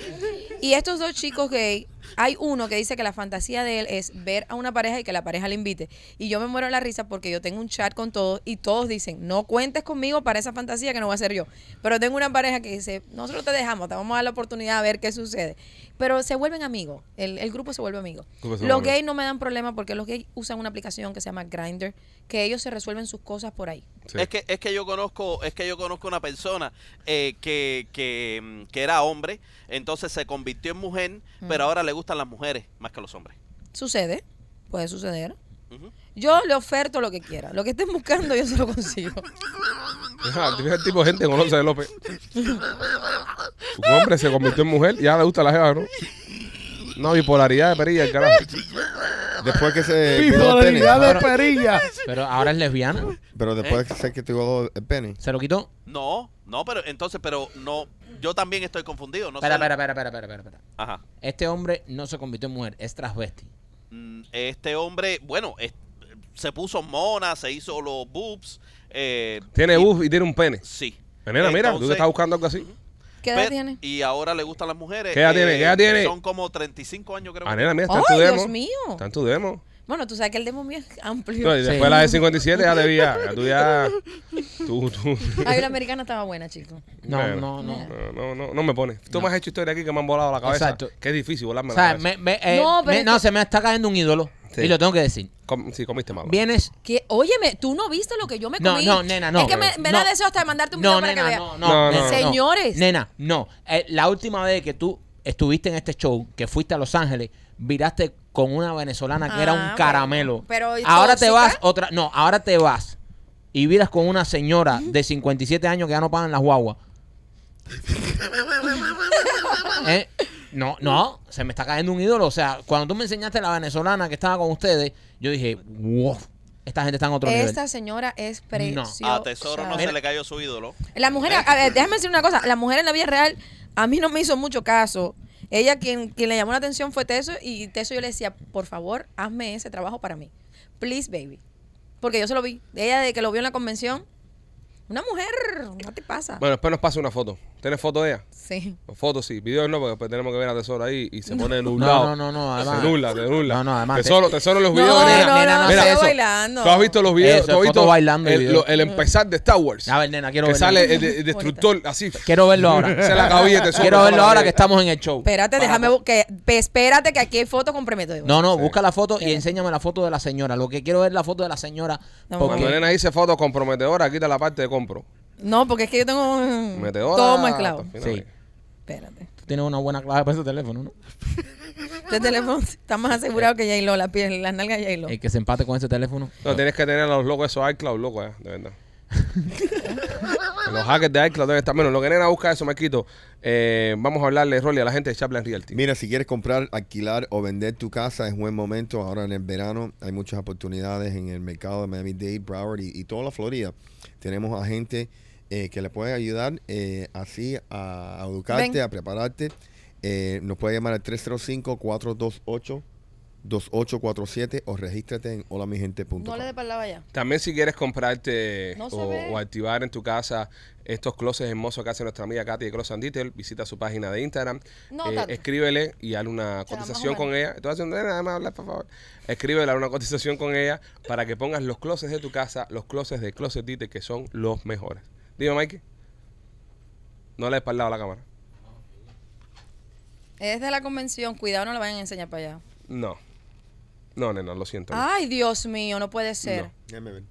Y estos dos chicos gay, hay uno que dice que la fantasía de él es ver a una pareja y que la pareja le invite. Y yo me muero de la risa porque yo tengo un chat con todos y todos dicen, no cuentes conmigo para esa fantasía que no voy a hacer yo. Pero tengo una pareja que dice, nosotros te dejamos, te vamos a dar la oportunidad a ver qué sucede. Pero se vuelven amigos, el, el grupo se vuelve amigo.
Grupo se
Los
vuelve.
gays no me dan problema porque los gays usan una aplicación que se llama Grindr, que ellos se resuelven sus cosas por ahí.
Sí.
Es que es que yo conozco es que yo conozco una persona eh, que, que, mm, que era hombre, entonces se convirtió en mujer,
Mm.
pero ahora le gustan las mujeres más que los hombres.
Sucede, puede suceder.
Ujú.
Yo le oferto lo que quiera. Lo que estén buscando, yo se lo consigo.
Ajá, tú ves Ah, el tipo de gente que conoce de López. Un hombre se convirtió en mujer y ahora le gusta la jeva, ¿no? No, bipolaridad de perilla, el carajo.
Después que se cuidó el pene.
Bipolaridad de perilla.
Pero ahora es lesbiana.
Pero después que se que te cuidó el pene.
Se lo quitó.
No, no, pero entonces, pero no, yo también estoy confundido, no
Espera,
sé.
espera, espera, espera, espera, espera, espera.
Ajá.
Este hombre no se convirtió en mujer, es transvesti.
Mm, Este hombre, bueno, es- se puso mona, se hizo los boobs. eh,
Tiene
y-
buff y tiene un pene.
Sí.
Nena, mira, tú
Entonces,
que estás buscando algo así.
¿Qué edad
pe-
tiene?
Y ahora le gustan las mujeres. eh,
¿Qué edad tiene? ¿Qué edad tiene?
Son como 35 años, creo.
Ah,
que
nena, mira, está en
¡Ay,
tu
Dios
demo.
mío!
Está en tu demo.
Bueno, tú sabes que el demo mío es amplio.
No, y después
Sí.
la de 57 ya debía. Ya tú ya. Tú, tú.
Ay, la americana estaba buena, chico.
No,
Bueno.
no, no.
No, no, no, no me pones. Tú me has hecho historia aquí que me han volado la cabeza.
Exacto.
Que es difícil volarme
O
la
sea,
cabeza.
me- me- eh,
No, pero
me-
es
no,
que-
se me está cayendo un ídolo.
Sí.
Y lo tengo que decir.
Com- sí, comiste mal.
Vienes.
Que, óyeme, tú no viste lo que yo me
No,
comí.
no, nena, no.
Es que me, me da
No.
deseo hasta de mandarte un video
No,
para que
nena,
veas.
no,
No,
no,
no,
nena,
no. Señores.
Nena, no. Eh, la última vez que tú estuviste en este show, que fuiste a Los Ángeles, viraste con una venezolana que era
Ah, bueno.
un caramelo.
Pero, ¿y
ahora te
tóxica?
vas otra, no, ahora te vas y viras con una señora de 57 años que ya no pagan las guaguas. Eh, No, no, se me está cayendo un ídolo. O sea, cuando tú me enseñaste la venezolana que estaba con ustedes, yo dije, wow, esta gente está en otro nivel.
Esta señora es preciosa.
A Ah, Tesoro no se le cayó su ídolo.
La mujer, a ver, déjame decir una cosa. La mujer en la vida real a mí no me hizo mucho caso. Ella quien, quien le llamó la atención fue Teso y Teso yo le decía, por favor, hazme ese trabajo para mí. Please, baby. Porque yo se lo vi. Ella de que lo vio en la convención. Una mujer, ¿qué te pasa?
Bueno, después nos pasa una foto. ¿Tienes foto de ella?
Sí.
Fotos sí, videos no, porque después tenemos que ver a Tesoro ahí y se pone nublado.
No, no, no, no, además.
Se nubla, se nubla.
No, no, además.
Tesoro, tesoro los
No,
videos.
no,
nena.
no,
nena, no,
Mira,
se ve
eso.
bailando.
Tú has visto los videos.
Eso,
¿Tú has
foto
visto
bailando y
el,
video.
lo- el empezar de Star Wars.
A ver, nena, quiero
que
verlo.
sale el, el destructor así.
Quiero verlo ahora.
Se la cabía Tesoro.
Quiero
este se la
verlo ahora
cabía.
que estamos en el show.
Espérate, déjame bu- que pe- espérate que aquí hay foto comprometedora.
No, no, busca la foto y enséñame la foto de la señora. Lo que quiero es la foto de la señora.
No,
porque-
Cuando nena dice fotos comprometedoras, quita la parte de compro.
No, porque es que yo tengo mm,
Metedora.
todo mezclado.
hasta el
Sí.
final.
Espérate.
Tú tienes una buena clave para ese teléfono, ¿no?
Este teléfono está más asegurado que J-Lo, la piel, las nalgas de J-Lo.
El que se empate con ese teléfono.
No, tienes que tener a los locos esos iCloud, locos, eh, de verdad. los hackers de iCloud deben estar menos. Lo que nena busca eso, Marquito. Eh, vamos a hablarle, Rolly, a la gente de Chaplin Realty.
Mira, si quieres comprar, alquilar o vender tu casa es buen momento. Ahora en el verano hay muchas oportunidades en el mercado de Miami-Dade, Broward y, y toda la Florida. Tenemos a gente eh, que le puede ayudar eh, así a, a educarte,
Ven.
a prepararte. Eh, nos puede llamar al 305-428-2847 o regístrate en holamigente.com.
no le dé palabra ya.
También si quieres comprarte
No se
o,
ve.
o activar en tu casa estos closets hermosos que hace nuestra amiga Katy de Closet and Detail, visita su página de Instagram,
No
eh,
tanto.
escríbele y hazle una
sea,
cotización
más o
con ella. Estoy haciendo nena, déjame hablar, por favor. Escríbele, hazle una cotización con ella para que pongas los closets de tu casa, los closets de Closet Detail que son los mejores. Dime, Mikey. No le he espaldado a la cámara.
Es de la convención, cuidado, no la vayan a enseñar para allá.
No. No, nena, lo siento.
Ay, Dios mío, no puede ser.
No.
Déjame ver.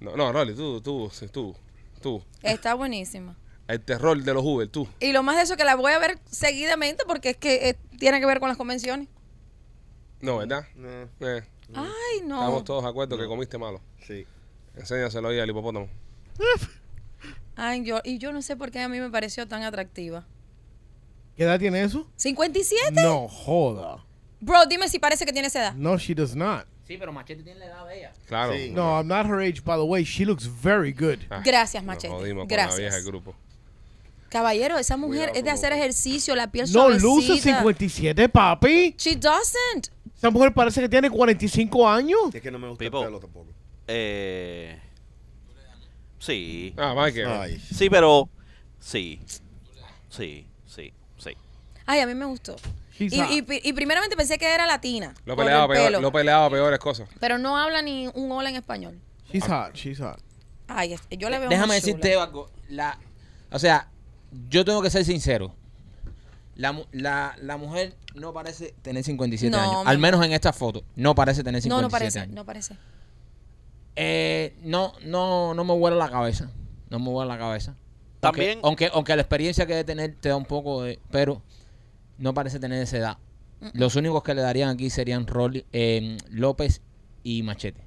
No, no, Rolly, tú, tú, sí, tú, tú.
Está buenísima.
El terror de los Uber, tú.
Y lo más de eso que la voy a ver seguidamente porque es que eh, tiene que ver con las convenciones.
No, ¿verdad?
Eh,
Eh,
Ay, no.
Estamos todos de acuerdo que comiste malo.
sí.
Enséñaselo ahí al hipopótamo.
Ay, yo, y yo no sé por qué a mí me pareció tan atractiva.
¿Qué edad tiene eso?
¿57?
No, joda.
Bro, dime si parece que tiene esa edad.
No, she does not.
Sí, pero Machete tiene la edad de ella.
Claro.
Sí.
No, I'm not her age, by the way. She looks very good.
Ah,
Gracias,
nos
Machete.
jodimos con la vieja
Gracias.
del grupo.
Caballero, esa mujer
Cuidado
es de
con
hacer
lo-
ejercicio, la piel
No,
suavecita.
luce 57, papi.
She doesn't.
Esa mujer parece que tiene 45 años.
Es que no me gusta
People.
el pelo tampoco.
Eh, sí.
Ah, Michael.
Ay.
Sí, pero. Sí. Sí, sí, sí.
Ay, a mí me gustó.
She's
Y,
hot.
y, y primeramente pensé que era latina.
Lo
por
peleaba,
el
peor,
pelo.
lo peleaba peores cosas.
Pero no habla ni un hola en español.
She's hot, she's hot.
Ay, es- yo le veo
Déjame
muy chula.
decirte algo. La, o sea, yo tengo que ser sincero. La, mu- la, la mujer no parece tener 57
No,
años.
mi
Al
amor.
menos en esta foto. No parece tener 57
No, no parece,
años.
no parece.
Eh, no, no, no me huele la cabeza. No me huele la cabeza. Aunque-
También-
Aunque, aunque, la experiencia que debe tener te da un poco de. Pero no parece tener esa edad. Los únicos que le darían aquí serían Rolly, eh, López y Machete.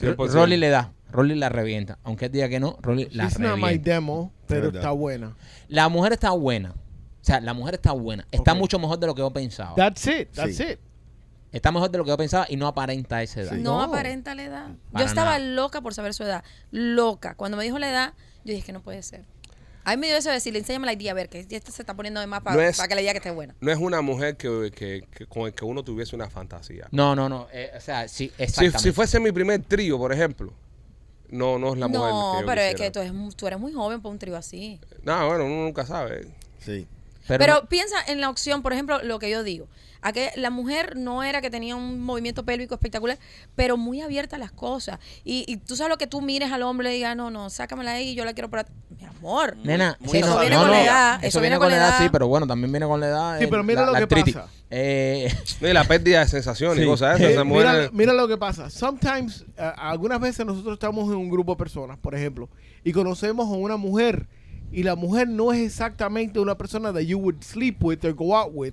Ro-
100%.
Rolly le da. Rolly la revienta. Aunque él diga que no, Rolly la
she's not my
revienta.
demo, pero
verdad.
está buena.
La mujer está buena. O sea, la mujer está buena. Está
Ok.
mucho mejor de lo que yo pensaba.
That's it, that's
Sí.
it.
Está mejor de lo que yo pensaba y no aparenta esa edad.
No,
No.
aparenta la edad.
Para
yo estaba
nada.
loca por saber su edad. Loca. Cuando me dijo la edad, yo dije que no puede ser. A mí me dio eso de decirle, enséñame la ID, a ver, que esta se está poniendo de más para
No es-
que le diga que esté buena.
No es una mujer que, que- que- con el que uno tuviese una fantasía.
No, no, no. eh, o sea, sí,
Si,
exactamente.
si fuese mi primer trío, por ejemplo, no, no es la mujer.
no,
que yo
pero es
quisiera.
que tú eres, mu- tú eres muy joven para un trío así.
No, bueno, uno nunca sabe.
Sí.
Pero,
Pero,
no-
piensa en la opción, por ejemplo, lo que yo digo. A que la mujer no era que tenía un movimiento pélvico espectacular, pero muy abierta a las cosas. Y, y tú sabes lo que tú mires al hombre y digas, no, no, sácamela ahí, yo la quiero para... Mi amor.
nena,
Muy-
sí,
eso
no,
viene
no,
con
no,
la
edad, eso viene con la edad.
sí, pero bueno, también viene con la edad.
Sí,
eh,
pero mira
la-
lo
la
que
artritis.
pasa.
Eh,
No, y la pérdida de sensación y
Sí.
cosas de
Eh,
esas. Esas
mira,
mujeres.
mira lo que pasa. Sometimes, eh, algunas veces nosotros estamos en un grupo de personas, por ejemplo, y conocemos a una mujer y la mujer no es exactamente una persona that you would sleep with or go out with,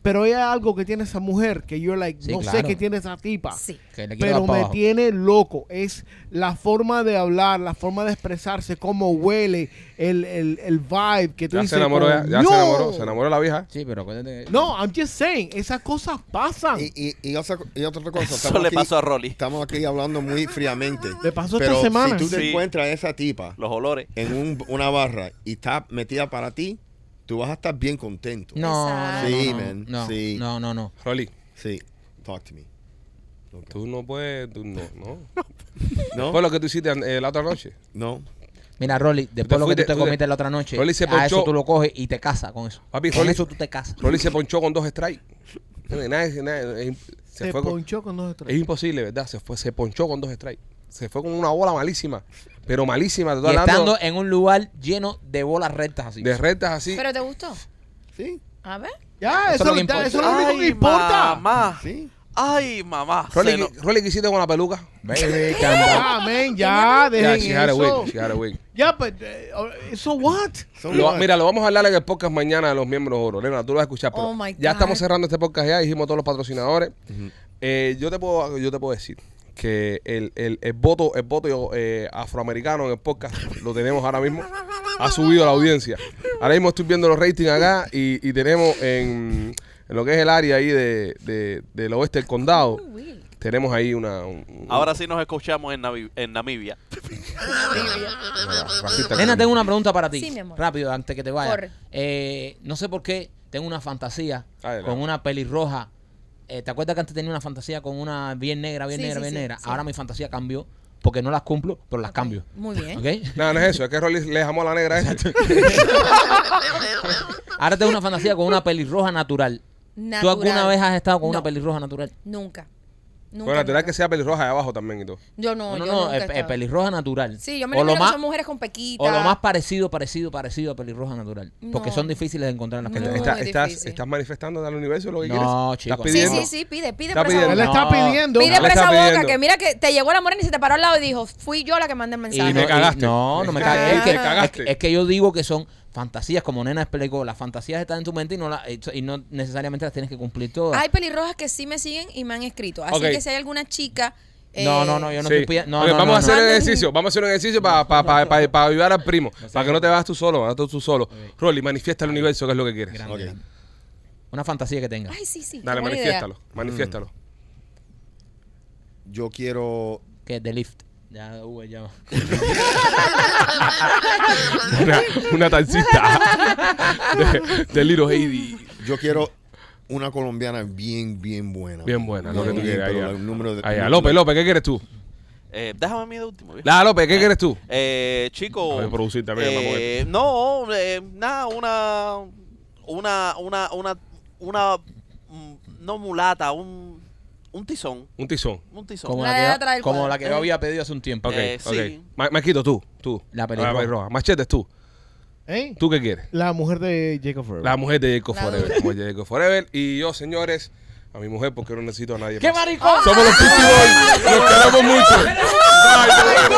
pero hay algo que tiene esa mujer que yo like,
Sí,
no sé
claro.
qué tiene esa tipa.
Sí.
que le quiero
Pero
dar pa'
me
abajo.
tiene loco. Es la forma de hablar, la forma de expresarse, cómo huele, el, el, el vibe que tú
Ya
dices.
se enamoró, ya, ya se
"Coño".
enamoró, se enamoró la vieja.
Sí, pero acuérdate. que-
No, I'm just saying, esas cosas pasan.
Y, y, y, otra, co- y otra cosa.
Eso
estamos
le
aquí-
pasó a Rolly.
Estamos aquí hablando muy fríamente.
Le pasó esta
pero
semana.
si tú te
Sí.
encuentras a esa tipa
Los olores.
en un- una barra y está metida para ti, tú vas a estar bien contento.
No, no, no,
Sí,
no,
man,
no,
sí.
no, no, no.
Rolly,
Sí. Talk to me.
tú no puedes, tú no, no.
No.
Fue lo que tú hiciste eh, la otra noche.
No.
Mira, Rolly, después lo que
fuiste-
tú te
tú te-
comiste la otra noche,
Rolly se
a eso
ponchó.
tú lo coges y te casas con eso.
Papi,
con
Rolly-
eso tú te casas.
Rolly se ponchó con dos strikes. Nada, nada, nada, es imp- se
se
fue con-
ponchó con dos o tres.
es imposible, ¿verdad? Se fue, se ponchó con dos strikes. Se fue con una bola malísima, pero malísima. Te
Y
estoy hablando
estando en un lugar lleno de bolas rectas así.
de rectas así.
¿Pero te gustó?
Sí.
A ver.
Eso
Ya,
es lo
eso,
que
le-
importa.
eso es lo único que importa.
mamá.
Sí.
Ay, mamá.
Rolly,
Se no-
¿qué- Rolly, ¿qué hiciste con la peluca?
Baby,
Ya, amén, ya,
Ya,
dejen
she had a
eso.
wig, she had a wig.
Ya, pero, eh, ¿so what?
So
Lo-
what?
mira, lo vamos a hablar en el podcast mañana a los miembros oro. Elena, tú lo vas a escuchar. Pero
Oh, my
ya
God.
estamos cerrando este podcast ya, dijimos todos los patrocinadores. Eh, yo te puedo, yo te puedo decir que el, el- el voto, el voto eh, afroamericano en el podcast lo tenemos ahora mismo. Ha subido la audiencia. Ahora mismo estoy viendo los ratings acá y, y tenemos en, en lo que es el área ahí de, de- del oeste del
Oh.
condado.
Will.
Tenemos ahí una. un- un-
Ah.
Ahora sí nos escuchamos en, Navi- en Namibia.
una racista
Nena,
que-
tengo una pregunta para ti.
Sí, mi amor.
Rápido, antes que te vaya.
Corre.
Eh, no sé por qué tengo una fantasía
Adelante.
con una pelirroja. Eh, ¿Te acuerdas que antes tenía una fantasía con una bien negra, bien
Sí,
negra,
sí,
bien
sí,
negra?
sí.
Ahora mi fantasía cambió porque no las cumplo, pero las cambio.
Muy bien.
¿Ok?
No, no es eso, es que Rolly le dejamos a la negra. esa.
Ahora tengo una fantasía con una pelirroja natural. ¿Tú alguna
Natural.
vez has estado con una
No.
pelirroja natural?
Nunca. Nunca,
Bueno, natural
nunca.
que sea pelirroja de abajo también y todo.
Yo no,
No, no,
yo
no,
nunca he
eh, eh,
estado.
pelirroja natural.
Sí, yo me
O lo
imagino que
más-
son mujeres con pequitas.
O lo más parecido, parecido, parecido a pelirroja natural. Porque
No.
son difíciles de encontrar en las
No.
pelirrojas.
Está- estás,
difícil.
estás manifestando al universo lo que
No,
quieres.
chico,
Estás
no.
Sí,
pidiendo.
sí, sí, pide, pide
Está
por esa
pidiendo.
Él
boca.
está
No.
pidiendo.
Pide
Le
por
está
esa boca,
pidiendo.
que mira que te llegó la morena y se te paró al lado y dijo, fui yo la que mandé el
Y
mensaje.
Te
no, y-
cagaste.
no, no me cagué.
Te
Es que,
cagaste.
es- es que yo digo que son fantasías, como Nena explicó. Las fantasías están en tu mente y no, la- y no necesariamente las tienes que cumplir todas.
Hay pelirrojas que sí me siguen y me han escrito. Así
Ok.
que si hay alguna chica... eh,
no, no, no, yo no
Sí.
estoy pilla- No,
Ok,
no,
vamos
no,
a hacer
no.
un ejercicio, vamos a hacer un ejercicio para ayudar al primo, para que no te vayas tú solo, no tú solo. Rolly, manifiesta el universo que es lo que quieres.
Grande,
Ok.
grande. Una fantasía que tengas.
Ay, sí, sí.
Dale,
buena idea.
manifiéstalo,
Mm.
manifiéstalo.
Yo quiero.
Que es de lift. Ya, Uber, ya.
Una, una taxista de, de Little Heidi.
Yo quiero una colombiana bien, bien buena.
Bien buena, lo que tú
Bien,
quieras.
pero
ahí va.
el número de-
Ahí va. López, López, ¿qué quieres tú?
Eh, déjame a mí de último. viejo.
La López, ¿qué quieres tú?
Eh, chico.
Voy a producir también,
eh,
mamón, este.
no, eh, nada, una. Una. Una. Una. Una. mm, No mulata, un. Un tizón.
Un tizón.
Un tizón.
Como
La
la,
de
que,
atrás del
como
cuadro. Eh.
la que yo había pedido hace un tiempo.
Ok,
Eh, sí.
ok. Ma- Maquito, tú, tú.
La pelirroja.
Machete, tú.
¿Eh?
¿Tú qué quieres?
La mujer de Jacob Forever.
La mujer de Jacob
La
Forever.
dura.
La mujer de Jacob Forever. Y yo, señores, a mi mujer porque no necesito a nadie
¡Qué
más.
maricón!
Somos los Pussy Boys. Nos queremos mucho. Bye, te queremos.